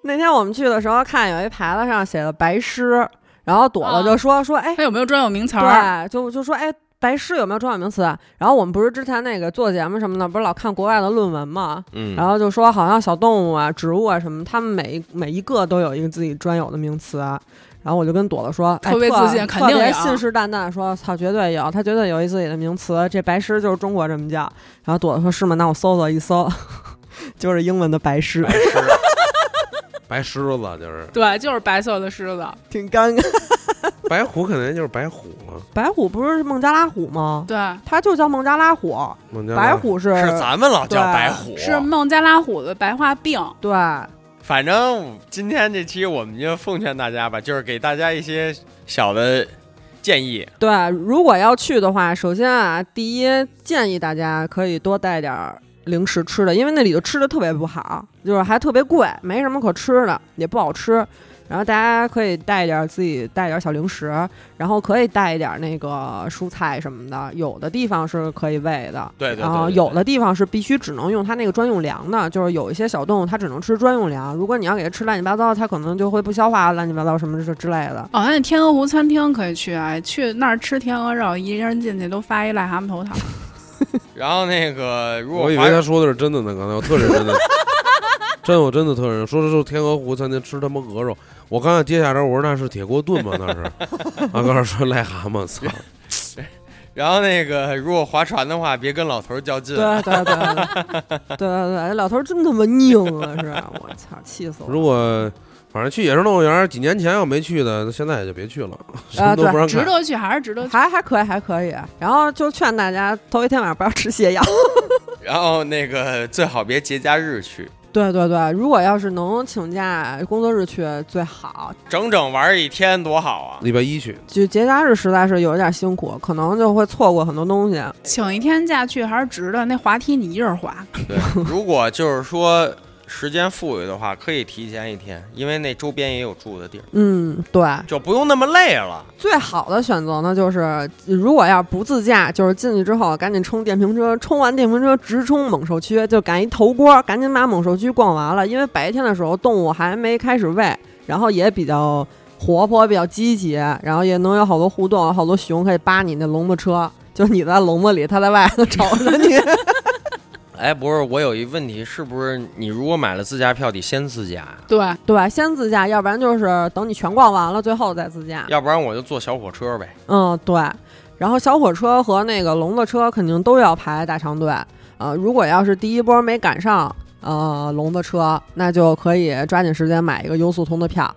那天我们去的时候，看有一牌子上写的白狮，然后朵朵就说、说，哎，
它有没有专有名词儿？
对，就就说哎，白狮有没有专有名词？啊然后我们不是之前那个做节目什么的，不是老看国外的论文嘛？
嗯，
然后就说好像小动物啊、植物啊什么，它们每一每一个都有一个自己专有的名词。然后我就跟朵朵说，哎
特别自信肯定
特别
有
信誓旦旦地说，操，绝对有，它绝对有一自己的名词。这白狮就是中国这么叫。然后朵朵说是吗？那我搜搜一搜， 就是英文的白狮
哎
白，狮，白狮子就是
对，就是白色的狮子，
挺尴尬。
白虎，肯定就是白虎了。
白虎不是孟加拉虎吗？
对，
它就叫孟加拉虎，
孟加拉
白虎是
是咱们老叫
对
白虎，
是孟加拉虎的白化病。
对，
反正今天这期我们就奉劝大家吧，就是给大家一些小的建议。
对，如果要去的话，首先啊，第一建议大家可以多带点儿零食吃的，因为那里头吃的特别不好，就是还特别贵，没什么可吃的，也不好吃。然后大家可以带点儿自己带点儿小零食，然后可以带一点儿那个蔬菜什么的，有的地方是可以喂的，
对对对
然后
对对
有的地方是必须只能用它那个专用粮的，就是有一些小动物它只能吃专用粮，如果你要给它吃乱七八糟，它可能就会不消化，乱七八糟什么之之类的。
哦，那天鹅湖餐厅可以去啊，去那儿吃天鹅肉，一人进去都发一癞蛤蟆头 套。
然后那个，如果
我以
华
为他说的是真的呢，刚才我特认真的， 真我真的特认真。说是说天鹅湖餐厅吃他妈鹅肉，我刚才接下来我说那是铁锅炖吗？那是， 啊，告诉说癞蛤 蟆，操！
然后那个，如果划船的话，别跟老头儿较劲。
对对对对对对对，老头儿真他妈拧啊！是 我操，气死我了！
如果反正去野生动物园，几年前要没去的，现在也就别去了， 什么都
啊对
不让
值
看。
得去还是值得去？
还还可以，还可以。然后就劝大家头一天晚上不要吃泻药。
然后那个最好别节假日去，
对对对，如果要是能请假工作日去最好，
整整玩一天多好啊！
礼拜一去，
就节假日实在是有点辛苦，可能就会错过很多东西。
请一天假去还是值的。那滑梯你一人滑，
对，如果就是说时间富裕的话，可以提前一天，因为那周边也有住的地儿，
嗯，对，
就不用那么累了。
最好的选择呢，就是如果要不自驾，就是进去之后赶紧冲电瓶车，冲完电瓶车直冲猛兽区，就赶一头锅，赶紧把猛兽区逛完了。因为白天的时候动物还没开始喂，然后也比较活泼，比较积极，然后也能有好多互动，有好多熊可以扒你那笼子车，就是你在笼子里，它在外头 瞅着你。
哎，不是，我有一问题，是不是你如果买了自驾票得先自驾啊呀、
对，
对，先自驾，要不然就是等你全逛完了，最后再自驾。
要不然我就坐小火车呗。
嗯，对。然后小火车和那个笼子车肯定都要排大长队。呃，如果要是第一波没赶上呃笼子车，那就可以抓紧时间买一个优速通的票。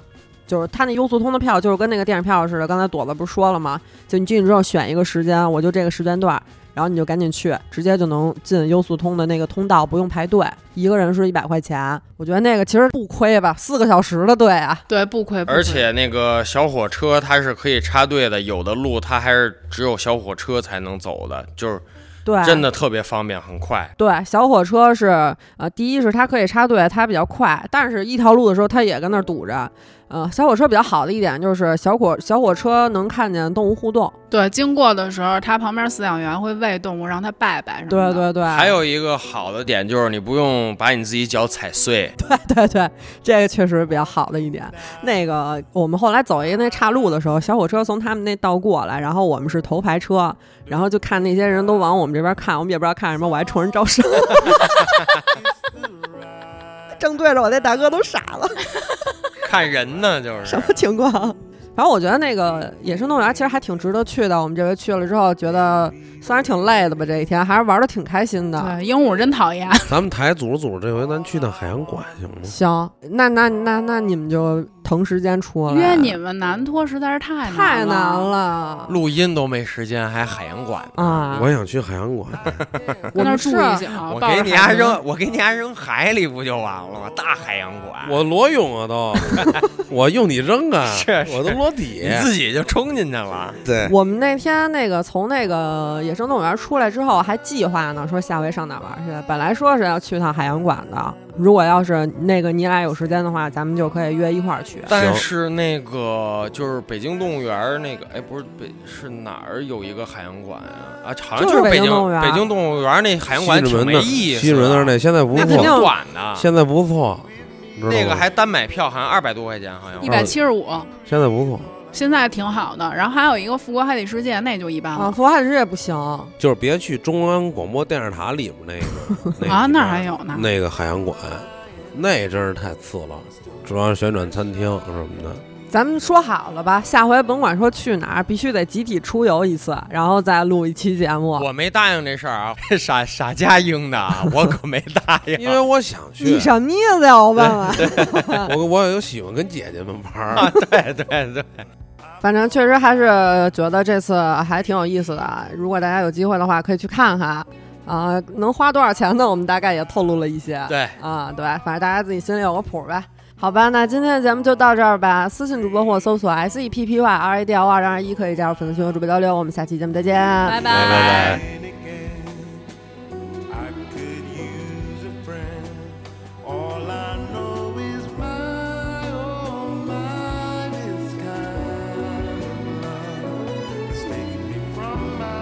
就是他那优速通的票，就是跟那个电影票似的。刚才朵子不是说了吗？就你进去之后选一个时间，我就这个时间段儿，然后你就赶紧去，直接就能进优速通的那个通道，不用排队。一个人是一百块钱，我觉得那个其实不亏吧，四个小时的队啊。
对，不亏。不亏
而且那个小火车它是可以插队的，有的路它还是只有小火车才能走的，就是
对，
真的特别方便，很快。
对，小火车是呃，第一是它可以插队，它比较快，但是一条路的时候它也跟那儿堵着。呃，小火车比较好的一点就是小火小火车能看见动物互动。
对，经过的时候，它旁边饲养员会喂动物，让它拜拜什么
对
的。
对对，
嗯还有一个好的点就是你不用把你自己脚踩碎，
对对，这个确实比较好的一点。那个我们后来走一个那岔路的时候，小火车从他们那道过来，然后我们是头排车，然后就看那些人都往我们这边看，我们也不知道看什么，我还冲人招手。 正对着我那大哥都傻了。
看人呢就 是。
什么情况？反正我觉得那个野生动物园其实还挺值得去的。我们这回去了之后，觉得虽然挺累的吧，这一天还是玩的挺开心的。
对，鹦鹉真讨 厌。
咱们台组织组织，这回咱去趟海洋馆行吗？
行，那那那那你们就腾时间出来，
约你们南托实在是太难
太难
了，
了
录音都没时间，还海洋馆 呢。
啊！
我想去海洋 馆，
我
跟那
们
儿住
是
一宿，
我
抱着
给你丫
孩子
扔，我给你丫扔海里不就完了吗？大海洋馆，
我裸泳啊都， 我用你扔啊，
是
我都裸体
你，自己就冲进去了。
对，
我们那天那个从那个野生动物园出来之后，还计划呢，说下回上哪玩去。本来说是要去趟海洋馆的，如果要是那个你俩有时间的话，咱们就可以约一块儿去。
但是那个就是北京动物园儿那个，哎，不是北是哪儿有一个海洋馆啊？啊，好像
就是
是
北
北
京动物园
北京动物园儿那海洋馆
西直
挺
门
没
的，
意思的，啊
西直门那儿那现在不
那挺
肯定
错，
短的，
现在不错，知道吗
那个还单买票好像二百多块钱，好像
一百七十五，
现在不错，
现在挺好的。然后还有一个富国海底世界，那就一般
啊，
了
福海之也不行，
就是别去中央广播电视塔里面那个那个
啊，
地方
那儿还有呢。
那个海洋馆，那真是太次了，主要是旋转餐厅什么的。
咱们说好了吧，下回甭管说去哪儿，必须得集体出游一次，然后再录一期节目。
我没答应这事儿啊，傻傻家应的啊，我可没答应。
因为我想去
你，什么意思呀？我问问。
我我有喜欢跟姐姐们玩儿，
对对对，
反正确实还是觉得这次还挺有意思的。如果大家有机会的话，可以去看看啊、能花多少钱呢？我们大概也透露了一些。
对
啊、对，反正大家自己心里有个谱呗。好吧，那今天的节目就到这儿吧。私信主播或搜索 S E P P Y R A D L 二零二一，可以加入粉丝群和主播交流。我们下期节目再见，
拜
拜拜。
and again. I could use a friend. All I know is my oh mine is kind of love. It's taking me from my